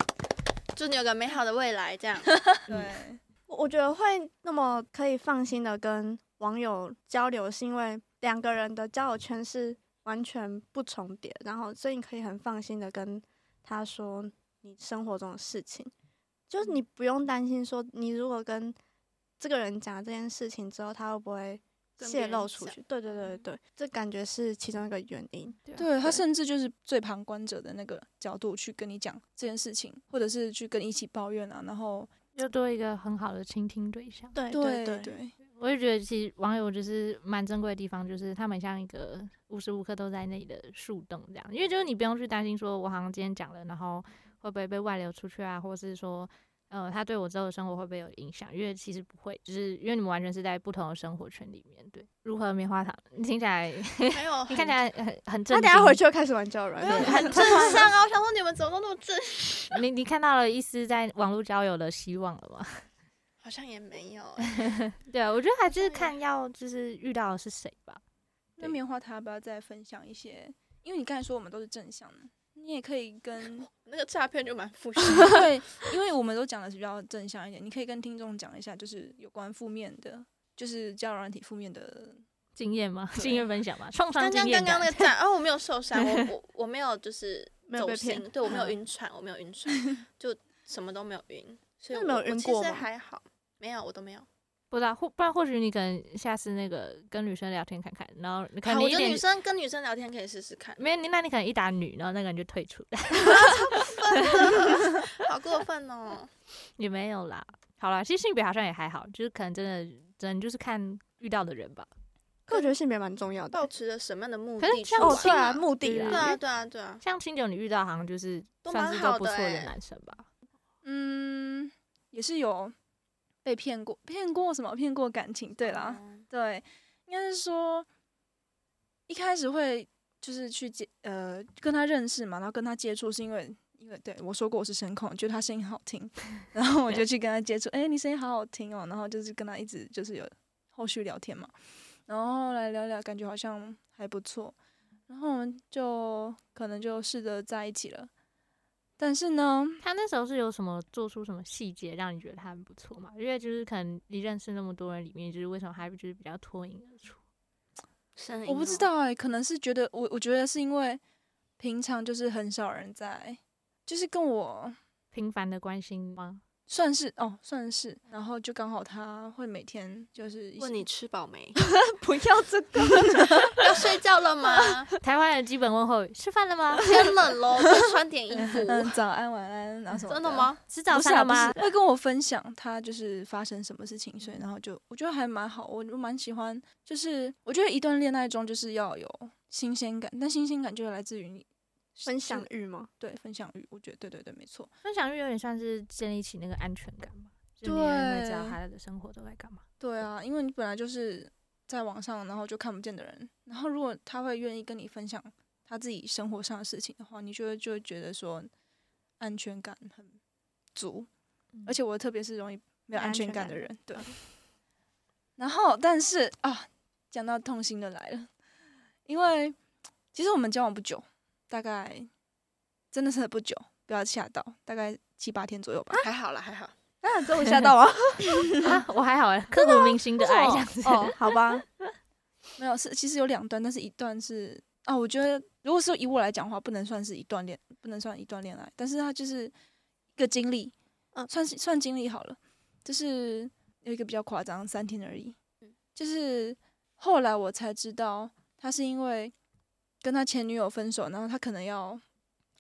Speaker 4: 祝你有个美好的未来。这样，
Speaker 1: 嗯对，
Speaker 5: 我我觉得会那么可以放心的跟网友交流，是因为两个人的交友圈是完全不重叠，然后所以你可以很放心的跟他说你生活中的事情，就是你不用担心说你如果跟这个人讲了这件事情之后，他会不会
Speaker 4: 跟别
Speaker 5: 泄露
Speaker 4: 人
Speaker 5: 出
Speaker 4: 讲嗯
Speaker 5: 去？对对对对，这感觉是其中一个原因。
Speaker 1: 对他
Speaker 5: 对
Speaker 1: 甚至就是最旁观者的那个角度去跟你讲这件事情，或者是去跟你一起抱怨啊，然后
Speaker 2: 又多一个很好的倾听对象。
Speaker 5: 对
Speaker 1: 哎对
Speaker 5: 对
Speaker 1: 对
Speaker 2: 我就觉得其实网友就是蛮珍贵的地方，就是他们像一个无时无刻都在那里的树洞这样，因为就是你不用去担心说我好像今天讲了，然后会不会被外流出去啊，或是说。呃，他对我之后的生活会不会有影响？因为其实不会，就是因为你们完全是在不同的生活圈里面对。如何棉花糖？你听起来，
Speaker 4: 没有
Speaker 2: 你
Speaker 4: 很
Speaker 2: 看起来很很
Speaker 5: 他
Speaker 2: 正经。
Speaker 5: 等下回去又开始玩交友软
Speaker 4: 没有
Speaker 5: 件，
Speaker 4: 很正向啊！我想说你们怎么都那么正？
Speaker 2: 你你看到了一丝在网络交友的希望了吗？
Speaker 4: 好像也没有欸，
Speaker 2: 对啊，我觉得还是
Speaker 4: 像也
Speaker 2: 看要就是遇到的是谁吧。
Speaker 1: 那
Speaker 2: 对
Speaker 1: 棉花糖要不要再分享一些？因为你刚才说我们都是正向的，你也可以跟
Speaker 4: 那个诈骗就蛮复杂。
Speaker 1: 对，因为我们都讲的是比较正向一点，你可以跟听众讲一下，就是有关负面的，就是交友软体负面的，
Speaker 2: 经验吗？
Speaker 1: 对
Speaker 2: 经验分享吗？创伤
Speaker 4: 刚
Speaker 2: 经
Speaker 4: 刚
Speaker 2: 验
Speaker 4: 刚
Speaker 2: 感。
Speaker 4: 刚那个站，哦，我没有受伤，我我我没有就是
Speaker 5: 没有被
Speaker 4: 走心
Speaker 5: 骗
Speaker 4: 对我没有晕船，我没有晕船，就什么都没有晕，所以
Speaker 5: 那没有
Speaker 4: 我
Speaker 5: 晕
Speaker 4: 我
Speaker 5: 过
Speaker 4: 其
Speaker 5: 吗
Speaker 4: 实还好，没有我都没有。
Speaker 2: 不知道，或不然或许你可能下次那个跟女生聊天看看，然后你可
Speaker 4: 好，
Speaker 2: 能
Speaker 4: 啊我
Speaker 2: 你一
Speaker 4: 觉得女
Speaker 2: 点
Speaker 4: 生跟女生聊天可以试试看，
Speaker 2: 没有你，那你可能一打女，然后那个人就退出，
Speaker 4: 好过分哦！
Speaker 2: 也没有啦。好啦，其实性别好像也还好，就是可能真的真的就是看遇到的人吧。
Speaker 5: 可我觉得性别蛮重要的
Speaker 4: 抱。持着什么样的目
Speaker 2: 可是
Speaker 4: 的去
Speaker 2: 这样子
Speaker 5: 哦，对啊，
Speaker 4: 玩？
Speaker 2: 亲
Speaker 5: 目的
Speaker 2: 对
Speaker 4: 对啊，
Speaker 5: 啦，
Speaker 4: 对啊，对啊，
Speaker 2: 像清酒，你遇到好像就是
Speaker 4: 都
Speaker 2: 算
Speaker 4: 蛮
Speaker 2: 是都
Speaker 4: 好
Speaker 2: 不
Speaker 4: 的
Speaker 2: 错的
Speaker 4: 欸
Speaker 2: 男生吧。
Speaker 1: 嗯，也是有被骗过，骗过什么？骗过感情？对啦，
Speaker 4: 嗯
Speaker 1: 对，应该是说一开始会就是去接呃跟他认识嘛，然后跟他接触是因为因为对我说过我是声控，觉得他声音好听，然后我就去跟他接触，哎、你声音好好听哦，然后就是跟他一直就是有后续聊天嘛，然后后来聊聊，感觉好像还不错，然后我们就可能就试着在一起了，但是呢，
Speaker 2: 他那时候是有什么做出什么细节让你觉得他很不错嘛？因为就是可能你认识那么多人里面，就是为什么他就是比较脱颖而出？
Speaker 4: 声
Speaker 1: 我不
Speaker 4: 音
Speaker 1: 知
Speaker 4: 哦，
Speaker 1: 道哎、可能是觉得我，我觉得是因为平常就是很少人在，就是跟我
Speaker 2: 频繁的关心吗？
Speaker 1: 算是哦，算是，然后就刚好他会每天就是一
Speaker 4: 问
Speaker 1: 起
Speaker 4: 你吃饱没？
Speaker 1: 不要这个，
Speaker 4: 要睡觉了吗？
Speaker 2: 台湾人基本问候语，吃饭了吗？
Speaker 4: 天冷喽，多穿点衣服。
Speaker 1: 嗯，早安晚安，然后什么
Speaker 4: 真的？吗？
Speaker 2: 吃
Speaker 1: 不
Speaker 2: 早
Speaker 1: 是
Speaker 2: 餐
Speaker 1: 啊，
Speaker 2: 了
Speaker 1: 不
Speaker 2: 吗
Speaker 1: 是？会跟我分享他就是发生什么事情，所以然后就我觉得还蛮好，我就蛮喜欢，就是我觉得一段恋爱中就是要有新鲜感，但新鲜感就来自于你
Speaker 5: 分享
Speaker 1: 是
Speaker 5: 欲吗？
Speaker 1: 对分享欲，我觉得对对对，没错，
Speaker 2: 分享欲有点像是建立起那个安全感嘛，就你也会知道
Speaker 1: 对
Speaker 2: 他的生活都在干嘛。
Speaker 1: 对啊，因为你本来就是在网上，然后就看不见的人，然后如果他会愿意跟你分享他自己生活上的事情的话，你就会就会觉得说安全感很足，
Speaker 2: 嗯
Speaker 1: 而且我特别是容易没有
Speaker 5: 没
Speaker 1: 安
Speaker 5: 安
Speaker 1: 全
Speaker 5: 全
Speaker 1: 感的
Speaker 5: 感
Speaker 1: 人，对。然后，但是啊，讲到痛心的来了，因为其实我们交往不久，大概真的是不久，不要吓到，大概七八天左右吧。
Speaker 4: 还好啦，还好。
Speaker 5: 那这我吓到啊！
Speaker 2: 啊，我还好哎，刻骨铭心的爱这样子。
Speaker 5: 哦，好吧，
Speaker 1: 没有，是其实有两段，但是一段是啊，我觉得如果是以我来讲的话，不能算是一段恋，不能算一段恋爱，但是它就是一个经历，
Speaker 4: 嗯
Speaker 1: 算是算经历好了，就是有一个比较夸张，三天而已
Speaker 4: 嗯，
Speaker 1: 就是后来我才知道，他是因为跟他前女友分手，然后他可能要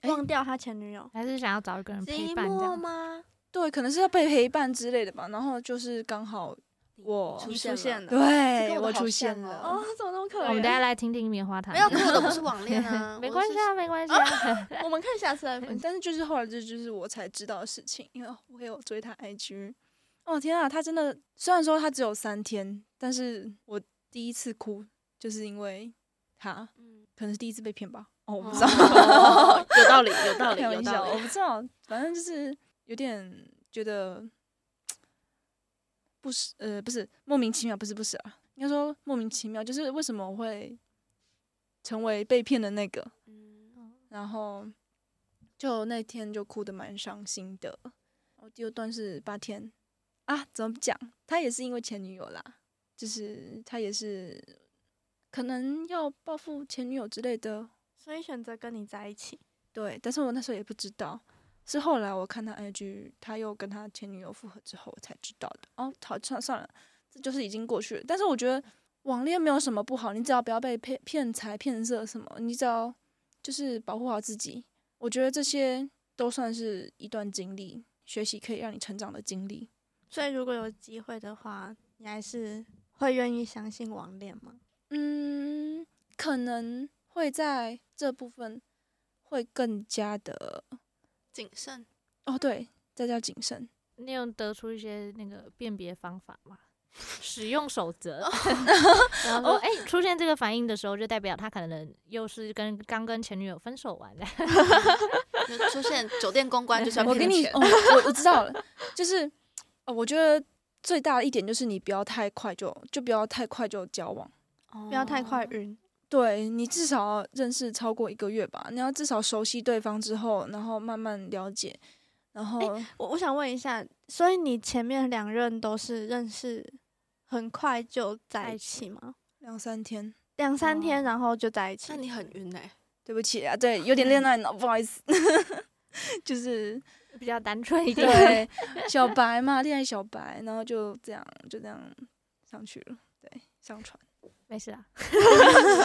Speaker 1: 哎
Speaker 5: 忘掉他前女友，
Speaker 2: 还是想要找一个人陪
Speaker 4: 寂
Speaker 2: 伴这
Speaker 4: 寞
Speaker 2: 样。
Speaker 4: 吗？
Speaker 1: 对，可能是要被陪伴之类的吧，然后就是刚好我
Speaker 5: 你
Speaker 4: 出
Speaker 5: 出
Speaker 4: 现
Speaker 5: 现了，
Speaker 1: 对
Speaker 4: 跟我的
Speaker 1: 我
Speaker 4: 好
Speaker 1: 出
Speaker 4: 像
Speaker 1: 现
Speaker 4: 哦
Speaker 1: 了，
Speaker 5: 哦， 怎么那么可
Speaker 2: 我
Speaker 5: 怜？
Speaker 2: 们等下来听听棉花糖。，
Speaker 4: 没有，可我都不是网恋啊
Speaker 2: 没
Speaker 4: 我
Speaker 2: 关
Speaker 4: 是
Speaker 2: 系啊，没关系 啊。
Speaker 5: 我们可以下次来分
Speaker 1: 嗯，
Speaker 5: 享。
Speaker 1: 但是就是后来这就是我才知道的事情，因为我也有追他 IG。哦天啊，他真的虽然说他只有三天，但是我第一次哭就是因为他，
Speaker 4: 嗯
Speaker 1: 可能是第一次被骗吧。哦，我不知道，
Speaker 4: 哦有道理，有道理，
Speaker 1: 开
Speaker 4: 有
Speaker 1: 玩笑，
Speaker 4: 道
Speaker 1: 我
Speaker 4: 理。
Speaker 1: 不知 道，反正就是有点觉得不是呃不是莫名其妙，不是不是啊，应该说莫名其妙，就是为什么我会成为被骗的那个？
Speaker 4: 嗯哦
Speaker 1: 然后就那天就哭得蛮伤心的。然后第二段是八天啊，怎么讲？他也是因为前女友啦，就是他也是可能要报复前女友之类的，
Speaker 5: 所以选择跟你在一起，
Speaker 1: 对。但是我那时候也不知道，是后来我看他 IG，他又跟他前女友复合之后，我才知道的。哦，好，算算了，这就是已经过去了。但是我觉得网恋没有什么不好，你只要不要被骗骗财骗色什么，你只要就是保护好自己，我觉得这些都算是一段经历，学习可以让你成长的经历。
Speaker 5: 所以如果有机会的话，你还是会愿意相信网恋吗？
Speaker 1: 嗯，可能会在这部分会更加的
Speaker 4: 谨慎。
Speaker 1: 哦，对，这叫谨慎。
Speaker 2: 你有得出一些那个辨别方法吗？使用守则，然
Speaker 5: 哦
Speaker 2: 后说，哎、出现这个反应的时候，就代表他可能又是跟刚跟前女友分手完的。
Speaker 4: 就出现酒店公关就是要
Speaker 1: 我
Speaker 4: 骗
Speaker 1: 跟你，
Speaker 4: 钱
Speaker 1: 哦、，我我知道了，就是，呃，我觉得最大的一点就是你不要太快就就不要太快就交往，
Speaker 5: 不要太快
Speaker 4: 哦。
Speaker 5: 晕。
Speaker 1: 对你至少要认识超过一个月吧，你要至少熟悉对方之后，然后慢慢了解，然后、
Speaker 5: 我我想问一下，所以你前面两任都是认识很快就在一起吗？
Speaker 1: 两三天。
Speaker 5: 两三天
Speaker 2: 哦
Speaker 5: 然后就在一起
Speaker 4: 那？你很晕哎、
Speaker 1: 对不起啊，对，有点恋爱脑，不好意思， 就是
Speaker 2: 比较单纯一点。
Speaker 1: 对小白嘛，恋爱小白，然后就这样就这样上去了，对，上船，
Speaker 2: 没事啊，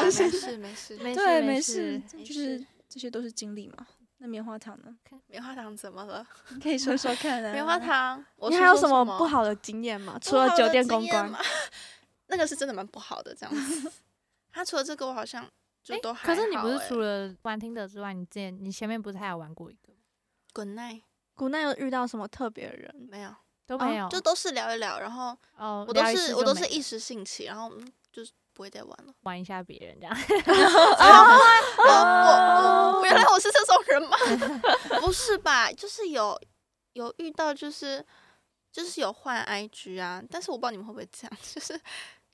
Speaker 4: 没事没事，
Speaker 2: 没事
Speaker 1: 对，
Speaker 2: 没
Speaker 1: 事，这
Speaker 4: 没
Speaker 1: 就是
Speaker 4: 事
Speaker 1: 这些都是经历嘛。那棉花糖呢？
Speaker 4: 棉花糖怎么了？
Speaker 1: 你可以说说看啊。
Speaker 4: 棉花糖，我
Speaker 5: 你
Speaker 4: 是
Speaker 5: 还有
Speaker 4: 说
Speaker 5: 什
Speaker 4: 什
Speaker 5: 么不？好的经验吗？除了
Speaker 4: 不好的
Speaker 5: 酒店公
Speaker 4: 经验
Speaker 5: 关
Speaker 4: 吗， 那个是真的蛮不好的，这 样子。他除了这个，我好像就
Speaker 2: 哎
Speaker 4: 都还好、
Speaker 2: 可是你不是
Speaker 4: 哎
Speaker 2: 除了玩听的之外，你之前你前面不是还有玩过一个吗
Speaker 4: 滚奈
Speaker 5: 古奈有遇到什么特别的人？
Speaker 4: 没有？
Speaker 2: 都没有？
Speaker 4: 哦就都是聊一聊，然后
Speaker 2: 哦，
Speaker 4: 我都
Speaker 2: 聊一次
Speaker 4: 是我
Speaker 2: 就
Speaker 4: 都
Speaker 2: 没
Speaker 4: 是
Speaker 2: 了
Speaker 4: 一时兴起，然后嗯就是不会再玩了。
Speaker 2: 玩一下别人这样。
Speaker 4: 然后哦
Speaker 2: 啊
Speaker 4: 我我原来我是这种人吗？ 不是吧？就是有有遇到就是就是有换 IG 啊，但是我不知道你们会不会这样， 就是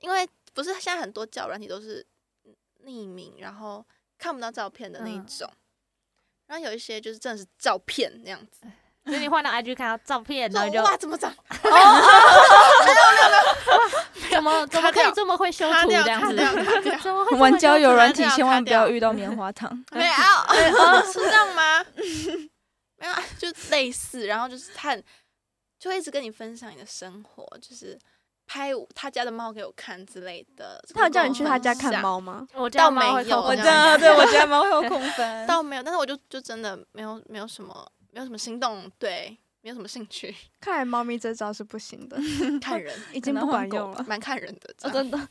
Speaker 4: 因为不是现在很多交友软体都是匿名，然后看不到照片的那一
Speaker 2: 嗯
Speaker 4: 种，然后有一些就是真的是照片那样子，
Speaker 2: 所以你换到 IG 看到照片，然后你
Speaker 4: 说
Speaker 2: 就
Speaker 4: 哇怎么长
Speaker 2: 怎么怎么
Speaker 4: 卡
Speaker 2: 可以
Speaker 4: 掉
Speaker 2: 这么会修
Speaker 4: 塌
Speaker 2: 图
Speaker 4: 掉
Speaker 2: 这样
Speaker 4: 塌
Speaker 2: 子？
Speaker 4: 掉塌 掉，
Speaker 2: 怎么会这么
Speaker 1: 玩
Speaker 2: 会
Speaker 1: 交友
Speaker 2: 修
Speaker 1: 软
Speaker 4: 这
Speaker 1: 体
Speaker 4: 样
Speaker 1: 千
Speaker 4: 卡
Speaker 1: 万不要
Speaker 4: 掉。
Speaker 1: 遇到棉花糖
Speaker 4: 没有，是这样吗？哎哦 没有，啊，就类似，然后就是他很就会一直跟你分享你的生活，就是拍他家的猫给我看之类的。
Speaker 5: 他有
Speaker 4: 跟
Speaker 5: 叫
Speaker 4: 我
Speaker 5: 你去他家
Speaker 4: 分
Speaker 5: 看
Speaker 4: 享？
Speaker 5: 猫吗？
Speaker 2: 图？我
Speaker 4: 倒
Speaker 2: 家
Speaker 4: 没
Speaker 2: 猫会
Speaker 4: 有
Speaker 2: 扣
Speaker 4: 我
Speaker 2: 分
Speaker 4: 这样
Speaker 1: 对我家猫会有空分
Speaker 4: 倒没有，但是我就就真的没有没有什么没有什么心动，对，没有什么兴趣，
Speaker 5: 看来猫咪这招是不行 的，
Speaker 4: 看人
Speaker 5: 已经不管用了。
Speaker 4: 蛮看人的。这样
Speaker 5: 真的。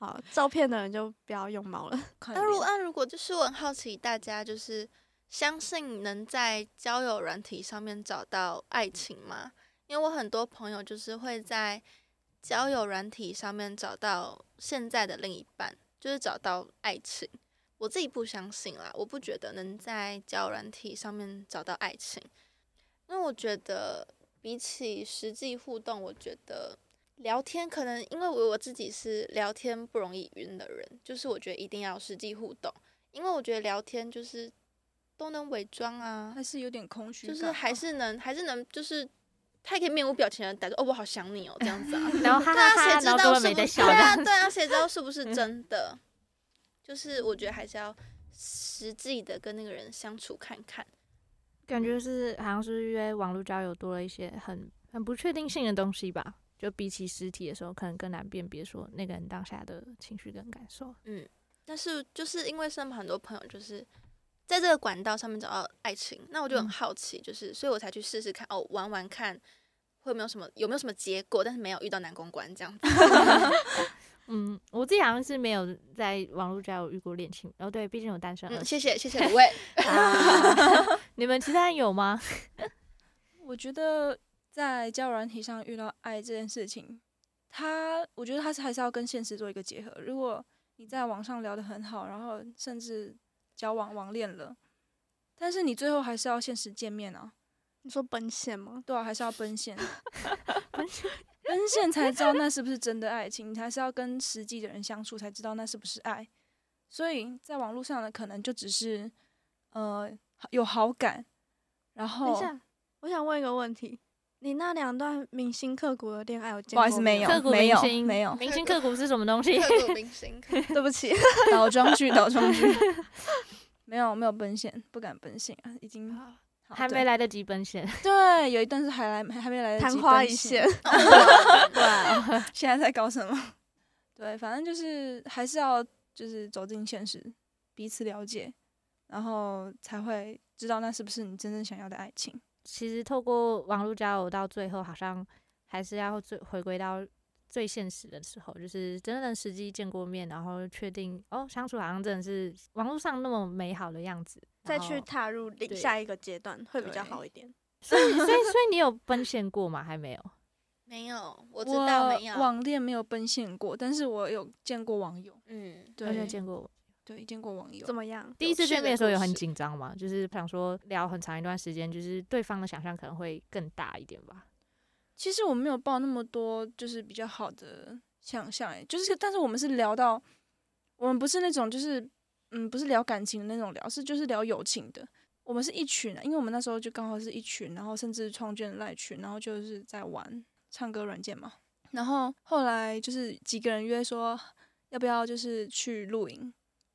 Speaker 5: 好，照片的人就不要用猫了。
Speaker 1: 看
Speaker 4: 那如
Speaker 1: 脸
Speaker 4: 那如果就是我很好奇，大家就是相信能在交友软体上面找到爱情吗？因为我很多朋友就是会在交友软体上面找到现在的另一半，就是找到爱情。我自己不相信啦，我不觉得能在交友软体上面找到爱情，因为我觉得比起实际互动，我觉得聊天可能因为我我自己是聊天不容易晕的人，就是我觉得一定要实际互动，因为我觉得聊天就是都能伪装啊
Speaker 1: 还，是有点空虚
Speaker 4: 就
Speaker 1: 感哦，
Speaker 4: 是还是能还是能就是他也可以面无表情的打着哦我好想你哦这样子啊，
Speaker 2: 然后哈
Speaker 4: 对啊
Speaker 2: 哈哈，
Speaker 4: 谁知
Speaker 2: 然后根
Speaker 4: 道
Speaker 2: 本
Speaker 4: 是
Speaker 2: 没
Speaker 4: 不
Speaker 2: 在
Speaker 4: 是
Speaker 2: 笑嗯
Speaker 4: 对
Speaker 2: 这样
Speaker 4: 啊对啊，谁知道是不是真的？就是我觉得还是要实际的跟那个人相处看看。
Speaker 2: 感觉是好像是约网络交友多了一些很很不确定性的东西吧。就比起实体的时候，可能更难辨别说那个人当下的情绪跟感受。
Speaker 4: 但是就是因为身旁很多朋友就是在这个管道上面找到爱情，那我就很
Speaker 2: 嗯
Speaker 4: 好奇，就是、所以我才去试试看哦，玩玩看会有没有什么有没有什么结果，但是没有遇到难公关这样子。
Speaker 2: 嗯，我自己好像是没有在网络交友遇过恋情。哦，对，毕竟我单身二
Speaker 4: 嗯，
Speaker 2: 十、
Speaker 4: 谢谢谢谢五位，
Speaker 2: 啊。你们其他人有吗？
Speaker 1: 我觉得在交友软体上遇到爱这件事情，它我觉得它是还是要跟现实做一个结合。如果你在网上聊得很好，然后甚至交往网恋了，但是你最后还是要现实见面啊，
Speaker 5: 你说奔现吗？
Speaker 1: 对啊，还是要奔 现，奔现才知道那是不是真的爱情，你还是要跟实际的人相处才知道那是不是爱。所以在网络上呢，可能就只是呃有好感，然后
Speaker 5: 等一下，我想问一个问题：你那两段铭心刻骨的恋爱有见
Speaker 1: 不好意思
Speaker 5: 过
Speaker 1: 没
Speaker 5: 面
Speaker 1: 有
Speaker 5: 吗
Speaker 2: 刻骨
Speaker 1: 没
Speaker 2: 铭
Speaker 1: 有
Speaker 2: 心
Speaker 1: 没有
Speaker 2: 明星刻骨是什么东西？
Speaker 4: 刻骨铭心。
Speaker 5: 对不 起，
Speaker 1: 倒装句，倒装句。没有没有奔现，不敢奔现啊，已经好
Speaker 2: 还
Speaker 1: 对
Speaker 2: 没来得及奔现，
Speaker 1: 对，有一段是还来还没来得及
Speaker 5: 昙花
Speaker 1: 奔
Speaker 5: 一现，
Speaker 3: 对，
Speaker 1: 现在在搞什么？ 对，反正就是还是要就是走进现实，彼此了解，然后才会知道那是不是你真正想要的爱情。
Speaker 2: 其实透过网络交友到最后，好像还是要最回归到最现实的时候，就是真正实际见过面，然后确定哦相处好像真的是网络上那么美好的样子，
Speaker 5: 再
Speaker 2: 然后
Speaker 5: 去踏入另
Speaker 2: 对
Speaker 5: 下一个阶段会比较
Speaker 1: 对
Speaker 5: 好一点。
Speaker 2: 所以所以所以你有奔现过吗？还没有。
Speaker 4: 没有，我
Speaker 1: 我
Speaker 4: 知道没有。
Speaker 1: 网恋没有奔现过，但是我有见过网友，
Speaker 4: 嗯，
Speaker 2: 而且
Speaker 1: 对，
Speaker 2: 见过我。
Speaker 1: 对，见过网友
Speaker 5: 怎。么样？
Speaker 2: 第一次
Speaker 4: 趣
Speaker 2: 见
Speaker 4: 的
Speaker 2: 面的时候
Speaker 4: 故
Speaker 2: 有很
Speaker 4: 事
Speaker 2: 紧张吗？就是想说聊很长一段时间，就是对方的想象可能会更大一点吧。
Speaker 1: 其实我没有抱那么多，就是比较好的想象，哎，就是但是我们是聊到，我们不是那种就是嗯，不是聊感情的那种聊，是就是聊友情的。我们是一群、啊，因为我们那时候就刚好是一群，然后甚至创建赖群，然后就是在玩唱歌软件嘛。然后后来就是几个人约说要不要就是去露营，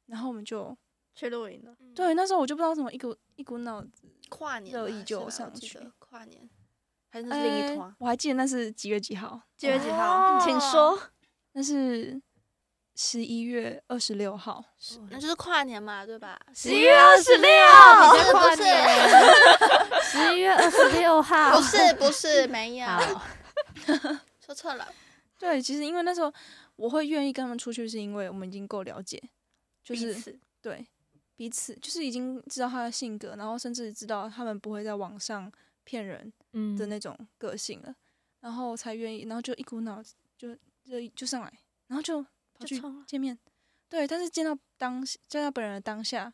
Speaker 1: 然后我们就
Speaker 5: 去露营了，
Speaker 4: 嗯
Speaker 1: 对那时候我就不知道怎么一股一股脑子，
Speaker 4: 跨年
Speaker 1: 热
Speaker 4: 吧
Speaker 1: 议就是
Speaker 4: 吧我
Speaker 1: 上
Speaker 4: 记
Speaker 1: 去
Speaker 4: 得跨年还是那是另
Speaker 1: 哎
Speaker 4: 一团？
Speaker 1: 我还记得那是几月几号，
Speaker 5: 几月几号？请说。
Speaker 1: 那是十一月二十六号，
Speaker 4: 是那就是跨年嘛，对 吧？
Speaker 2: 十一月二十六，你在跨
Speaker 4: 不是
Speaker 2: 年。十一月二十六号
Speaker 4: 不，是不是没有
Speaker 2: 好，
Speaker 4: 说 错了。
Speaker 1: 对，其实因为那时候我会愿意跟他们出去，是因为我们已经够了解，就
Speaker 5: 彼
Speaker 1: 是
Speaker 5: 此
Speaker 1: 对彼此，就是已经知道他的性格，然后甚至知道他们不会在网上骗人
Speaker 2: 嗯
Speaker 1: 的那种个性了，然后才愿意，然后就一股脑子就就就上来，然后就跑
Speaker 5: 就
Speaker 1: 去
Speaker 5: 冲了，
Speaker 1: 见面。对，但是见到当见到本人的当 下，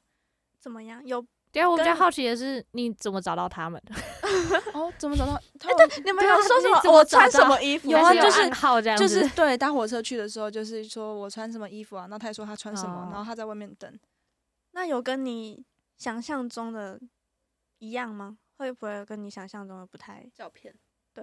Speaker 5: 怎么样？有
Speaker 2: 对啊，我比较
Speaker 5: 跟
Speaker 2: 好奇的是，你怎么找到他们？
Speaker 1: 哦，怎么找到他？
Speaker 5: 你们
Speaker 2: 对啊
Speaker 5: 有说什
Speaker 2: 你怎么
Speaker 5: 我
Speaker 2: 找
Speaker 5: 穿什
Speaker 2: 到
Speaker 5: 么衣服？
Speaker 1: 有啊
Speaker 5: 还
Speaker 1: 就是是
Speaker 2: 号这样
Speaker 1: 就
Speaker 2: 子，
Speaker 1: 是对搭火车去的时候，就是说我穿什么衣服啊，然后他也说他穿什么，
Speaker 2: 哦
Speaker 1: 然后他在外面等。
Speaker 5: 那有跟你想象中的一样吗？会不会跟你想象中的不太？
Speaker 4: 照片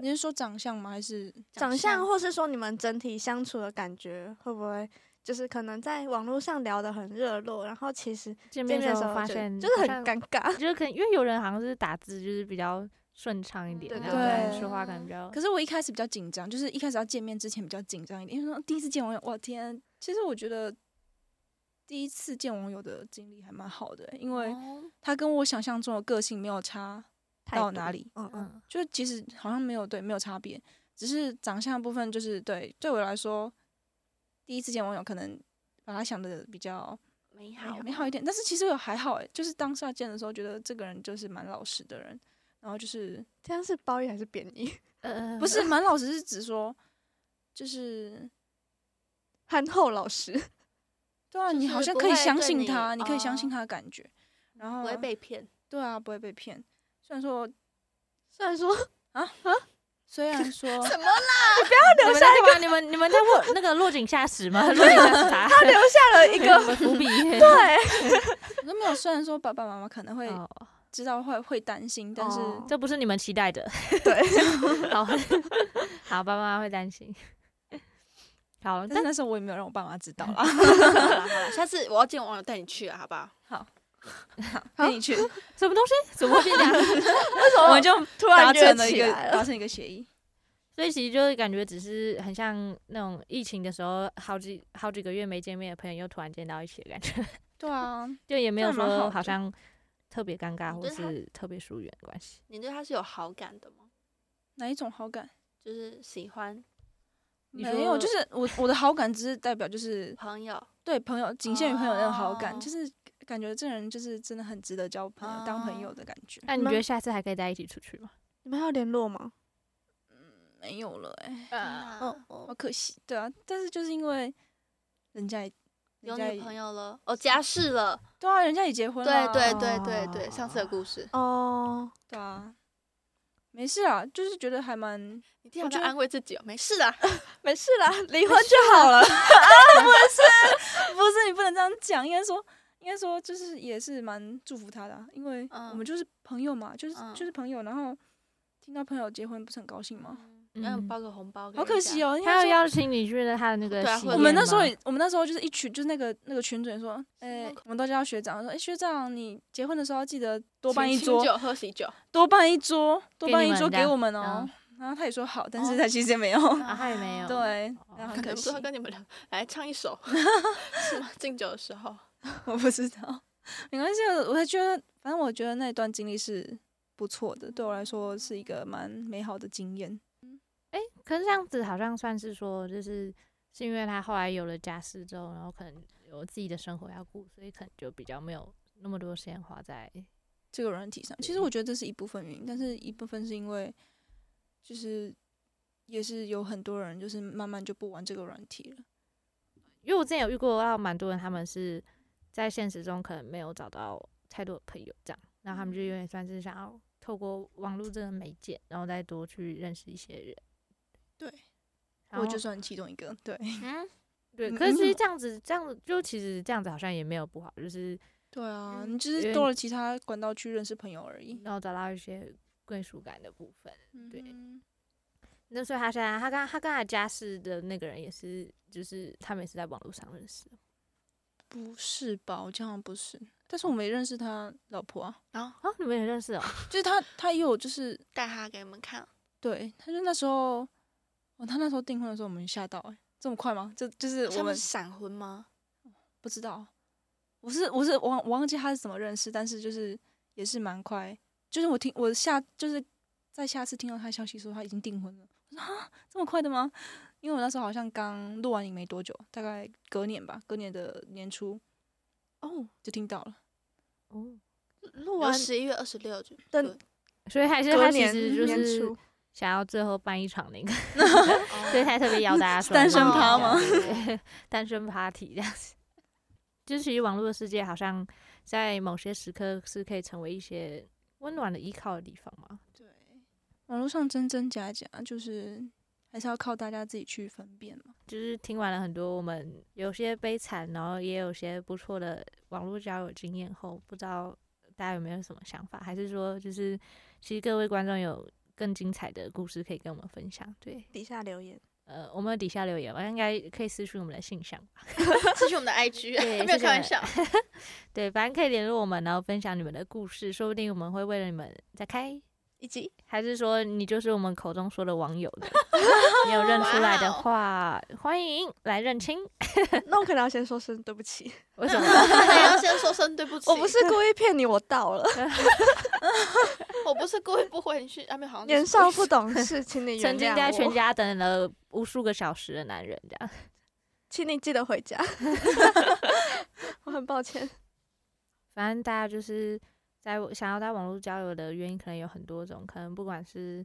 Speaker 1: 你是说长相吗？还是
Speaker 2: 嗯
Speaker 5: 长相，或是说你们整体相处的感觉，会不会就是可能在网络上聊得很热络，然后其实
Speaker 2: 见
Speaker 5: 见
Speaker 2: 面
Speaker 5: 面
Speaker 2: 的
Speaker 5: 的
Speaker 2: 时
Speaker 5: 时
Speaker 2: 候
Speaker 5: 候
Speaker 2: 发
Speaker 5: 就
Speaker 2: 现
Speaker 5: 就是很
Speaker 2: 好像
Speaker 5: 尴尬。
Speaker 2: 就是可能因为有人好像是打字就是比较顺畅一点，
Speaker 5: 对
Speaker 2: 然后有人
Speaker 1: 对
Speaker 2: 说话可能比较
Speaker 1: 可是我一开始比较紧张，就是一开始要见面之前比较紧张一点，因为说第一次见网友，我天！其实我觉得第一次见网友的经历还蛮好的、欸因为
Speaker 4: 哦
Speaker 1: 他跟我想象中的个性没有差，
Speaker 5: 态
Speaker 1: 到
Speaker 5: 度
Speaker 1: 哪里？
Speaker 5: 嗯嗯，
Speaker 2: 嗯，
Speaker 1: 就其实好像没有对没有差别，只是长相部分就是对对我来说，第一次见网友可能把他想的比较
Speaker 4: 哎美
Speaker 1: 美
Speaker 4: 好哦
Speaker 1: 好美好一点，但是其实我还好哎、就是当下见的时候觉得这个人就是蛮老实的人，然后就是
Speaker 5: 这样是褒义还是贬义？
Speaker 2: 呃
Speaker 1: 不是蛮老实，是指说就是
Speaker 5: 憨厚老实，
Speaker 1: 对啊，
Speaker 4: 就
Speaker 1: 你好
Speaker 4: 是
Speaker 1: 像
Speaker 4: 不
Speaker 1: 可以
Speaker 4: 会
Speaker 1: 相
Speaker 4: 对
Speaker 1: 信
Speaker 4: 你
Speaker 1: 他，你可以相信
Speaker 4: 哦
Speaker 1: 他的感觉，然后
Speaker 4: 不会被 骗。
Speaker 1: 对啊，不会被骗。虽然说啊
Speaker 5: 虽然说
Speaker 1: 虽然说
Speaker 4: 么啦？
Speaker 2: 你们在干嘛？你们你们在握那个落井下石吗？落井下石他
Speaker 5: 留下了一
Speaker 2: 一
Speaker 5: 个
Speaker 2: 伏笔。
Speaker 5: 对，
Speaker 1: 我都没有，虽然说爸爸妈妈可能会
Speaker 2: 哦，
Speaker 1: 知道会会担心，但是
Speaker 5: 哦
Speaker 2: 这不是你们期待的。对， 好，好，爸妈会担心。好，
Speaker 1: 但是
Speaker 2: 但
Speaker 1: 那时候我也没有让我爸妈知道啦。
Speaker 4: 好啦好啦下次我要见网友带你去啊，好不好？
Speaker 1: 陪你去，
Speaker 2: 什么东西怎么会变 这样？
Speaker 1: 我们就
Speaker 5: 突
Speaker 1: 达
Speaker 5: 然
Speaker 1: 成
Speaker 5: 约
Speaker 1: 了一
Speaker 5: 起
Speaker 1: 个
Speaker 5: 来
Speaker 1: 达
Speaker 5: 了。
Speaker 1: 成一个协议。
Speaker 2: 所以其实就是感觉只是很像那种疫情的时候，好几好几个月没见面的朋友又突然见到一起的感觉，
Speaker 1: 对啊，
Speaker 2: 就也没有
Speaker 1: 这样蛮好
Speaker 2: 说
Speaker 1: 的
Speaker 2: 好像特别尴尬或
Speaker 4: 你嗯对他
Speaker 2: 是特别疏远的关系。
Speaker 4: 你对他是有好感的吗？
Speaker 1: 哪一种好感？
Speaker 4: 就是喜欢
Speaker 2: 你
Speaker 1: 没有，
Speaker 2: 说
Speaker 1: 就是我我的好感只是代表就是
Speaker 4: 朋友，
Speaker 1: 对朋友，仅限于朋友那种好感，
Speaker 4: 哦
Speaker 1: 就是感觉这人就是真的很值得交朋友、当朋友的感
Speaker 4: 哦
Speaker 1: 觉。
Speaker 2: 那你
Speaker 5: 那
Speaker 2: 觉得下次还可以在一起出去吗？
Speaker 5: 你们还有联络吗？
Speaker 1: 没有了哎、
Speaker 4: 啊，
Speaker 5: 哦
Speaker 1: 好
Speaker 5: 哦，
Speaker 1: 可惜。对啊，但是就是因为人家也
Speaker 4: 有
Speaker 1: 人家
Speaker 4: 女
Speaker 1: 也
Speaker 4: 朋友了，哦，家世了，
Speaker 1: 对啊，人家也结婚了
Speaker 4: 对
Speaker 1: 啊，
Speaker 4: 对对对对，上次的故事，
Speaker 5: 哦，
Speaker 1: 对啊，没事啊，就是觉得还蛮
Speaker 4: 你听
Speaker 1: 我
Speaker 4: 我
Speaker 1: 觉
Speaker 4: 在
Speaker 1: 得
Speaker 4: 安慰自己哦，没事 啦，
Speaker 5: 没事啦，离婚就好了。
Speaker 1: 不是你不能这样讲，应该说，应该说就是也是蛮祝福他的啊、因为我们
Speaker 4: 嗯
Speaker 1: 就是朋友嘛，就是、
Speaker 4: 嗯
Speaker 1: 就是朋友，然后听到朋友结婚不是很高兴吗？
Speaker 4: 嗯然后包个红包给
Speaker 1: 好
Speaker 4: 人
Speaker 1: 可
Speaker 4: 家
Speaker 1: 惜哦，应该
Speaker 2: 他
Speaker 1: 说
Speaker 2: 要邀请你去他的那个
Speaker 4: 对啊
Speaker 2: 喜
Speaker 4: 会
Speaker 2: 宴吗，
Speaker 1: 我们那时候也，我们那时候就是一群，就是那个那个群主也说，哎、我们都叫学长，说，哎、学长，你结婚的时候要记得多办一
Speaker 4: 请清
Speaker 1: 桌，
Speaker 4: 酒喝喜酒，
Speaker 1: 多办一桌，多
Speaker 2: 给
Speaker 1: 办
Speaker 2: 你
Speaker 1: 一
Speaker 2: 们
Speaker 1: 桌
Speaker 2: 这
Speaker 1: 给
Speaker 2: 样
Speaker 1: 我们哦
Speaker 2: 嗯。
Speaker 1: 然后他也说好，但
Speaker 4: 哦
Speaker 1: 是他其实也没有，
Speaker 2: 啊他也没有，
Speaker 1: 对
Speaker 2: 哦，
Speaker 1: 然后很
Speaker 4: 可能
Speaker 1: 可
Speaker 4: 不
Speaker 1: 惜
Speaker 4: 知道，跟你们聊，来唱一首是吗？敬酒的时候，
Speaker 1: 我不知道，没关系，我还觉得，反正我觉得那段经历是不错的，对我来说是一个蛮美好的经验。
Speaker 2: 哎、可是这样子好像算是说，就是是因为他后来有了家室之后，然后可能有自己的生活要顾，所以可能就比较没有那么多时间花在
Speaker 1: 这个软体上，其实我觉得这是一部分原因，但是一部分是因为就是也是有很多人就是慢慢就不玩这个软体了。
Speaker 2: 因为我之前有遇过到蛮多人，他们是在现实中可能没有找到太多的朋友，这样，然后他们就
Speaker 1: 嗯
Speaker 2: 有点算是想要透过网络这个媒介，然后再多去认识一些人。
Speaker 1: 对，
Speaker 2: 然
Speaker 1: 我
Speaker 2: 后
Speaker 1: 就算其中一个，对
Speaker 4: 嗯，
Speaker 2: 对，
Speaker 1: 嗯
Speaker 2: 可是
Speaker 1: 你
Speaker 2: 其实
Speaker 1: 怎
Speaker 2: 这样子，这样子就其实这样子好像也没有不好，就是
Speaker 1: 对啊，
Speaker 4: 嗯
Speaker 1: 你就
Speaker 2: 因为
Speaker 1: 是多了其他管道去认识朋友而已。
Speaker 2: 然后找到一些归属感的部分。对
Speaker 1: 嗯
Speaker 2: 那所以他现在他跟他跟他家世的那个人也是，就是他们也是在网络上认识的。
Speaker 1: 不是吧？我这样不是，但是我没认识他老婆啊，
Speaker 4: 然后
Speaker 2: 哦，你们也认识哦？
Speaker 1: 就是他，他也有就是
Speaker 4: 带他给你们看，
Speaker 1: 对，他就那时候，哦，他那时候订婚的时候，我们吓到、欸，这么快吗？这就是
Speaker 4: 他
Speaker 1: 我
Speaker 4: 们
Speaker 1: 们
Speaker 4: 是闪婚吗？
Speaker 1: 不知道，我是我是忘忘记他是怎么认识，但是就是也是蛮快，就是我听我下就是在下次听到他消息说他已经订婚了，我说啊这么快的吗？因为我那时候好像刚录完影没多久，大概隔年吧，隔年的年初
Speaker 5: 哦，
Speaker 1: 就听到了，
Speaker 2: 哦，
Speaker 5: 录
Speaker 4: 我
Speaker 5: 完
Speaker 4: 十一月二十六就
Speaker 5: 的
Speaker 4: 对
Speaker 2: 所以还是
Speaker 5: 隔
Speaker 2: 他其
Speaker 5: 年
Speaker 2: 实就
Speaker 5: 年
Speaker 2: 是
Speaker 5: 初，
Speaker 2: 想要最后办一场那个，
Speaker 4: 哦
Speaker 2: 所以才特别邀大家说
Speaker 1: 单身
Speaker 4: 趴吗
Speaker 2: 对 单身 party 这样子。 就是其实网络的世界好像在某些时刻是可以成为一些温暖的依靠的地方嘛。
Speaker 1: 对，网络上真真假假，就是还是要靠大家自己去分辨嘛。
Speaker 2: 就是听完了很多我们有些悲惨，然后也有些不错的网络交友经验后，不知道大家有没有什么想法？还是说，就是其实各位观众有更精彩的故事可以跟我们分享？对，
Speaker 5: 底下留 言，
Speaker 2: 呃，我们底下留言吧，应该可以私讯我们的信箱吧。
Speaker 4: 这是我们的 IG，
Speaker 2: 对
Speaker 4: 没有
Speaker 2: 这是
Speaker 4: 开玩笑，
Speaker 2: 对，反正可以联络我们，然后分享你们的故事，说不定我们会为了你们再开。
Speaker 5: 以及
Speaker 2: 还是说你就是我们口中说的网友呢？你有认出来的话，欢迎来认亲。
Speaker 5: 那我可能要先说声对不起，
Speaker 2: 为什么？
Speaker 4: 还要哎先说声对不起，
Speaker 5: 我不是故意骗你，我到了，
Speaker 4: 我不是故意不回你讯，啊，没有，好像
Speaker 5: 年
Speaker 4: 就是故
Speaker 5: 少
Speaker 4: 意
Speaker 5: 不懂事，请 你
Speaker 2: 曾
Speaker 5: 原
Speaker 2: 经在
Speaker 5: 谅
Speaker 2: 全
Speaker 5: 我，
Speaker 2: 家等了无数个小时的男人，这样。
Speaker 5: 请你记得回 家，我很抱歉。
Speaker 2: 反正大家就是在想要在网络交友的原因，可能有很多种，可能不管是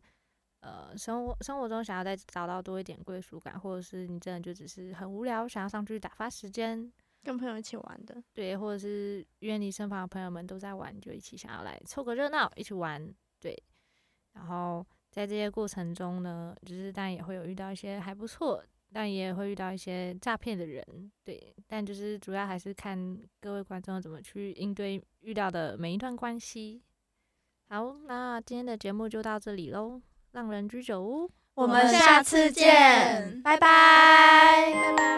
Speaker 2: 呃生活生活中想要再找到多一点归属感，或者是你真的就只是很无聊，想要上去打发时间，
Speaker 5: 跟朋友一起玩的，
Speaker 2: 对，或者是因为你身旁的朋友们都在玩，就一起想要来凑个热闹，一起玩，对。然后在这些过程中呢，就是但也会有遇到一些还不错，但也会遇到一些诈骗的人，对。但就是主要还是看各位观众怎么去应对遇到的每一段关系。好，那今天的节目就到这里喽，浪人居酒屋，
Speaker 5: 我
Speaker 1: 们
Speaker 5: 们
Speaker 1: 下
Speaker 5: 下
Speaker 1: 次
Speaker 5: 次
Speaker 1: 见
Speaker 5: 见，拜拜。
Speaker 2: 拜拜。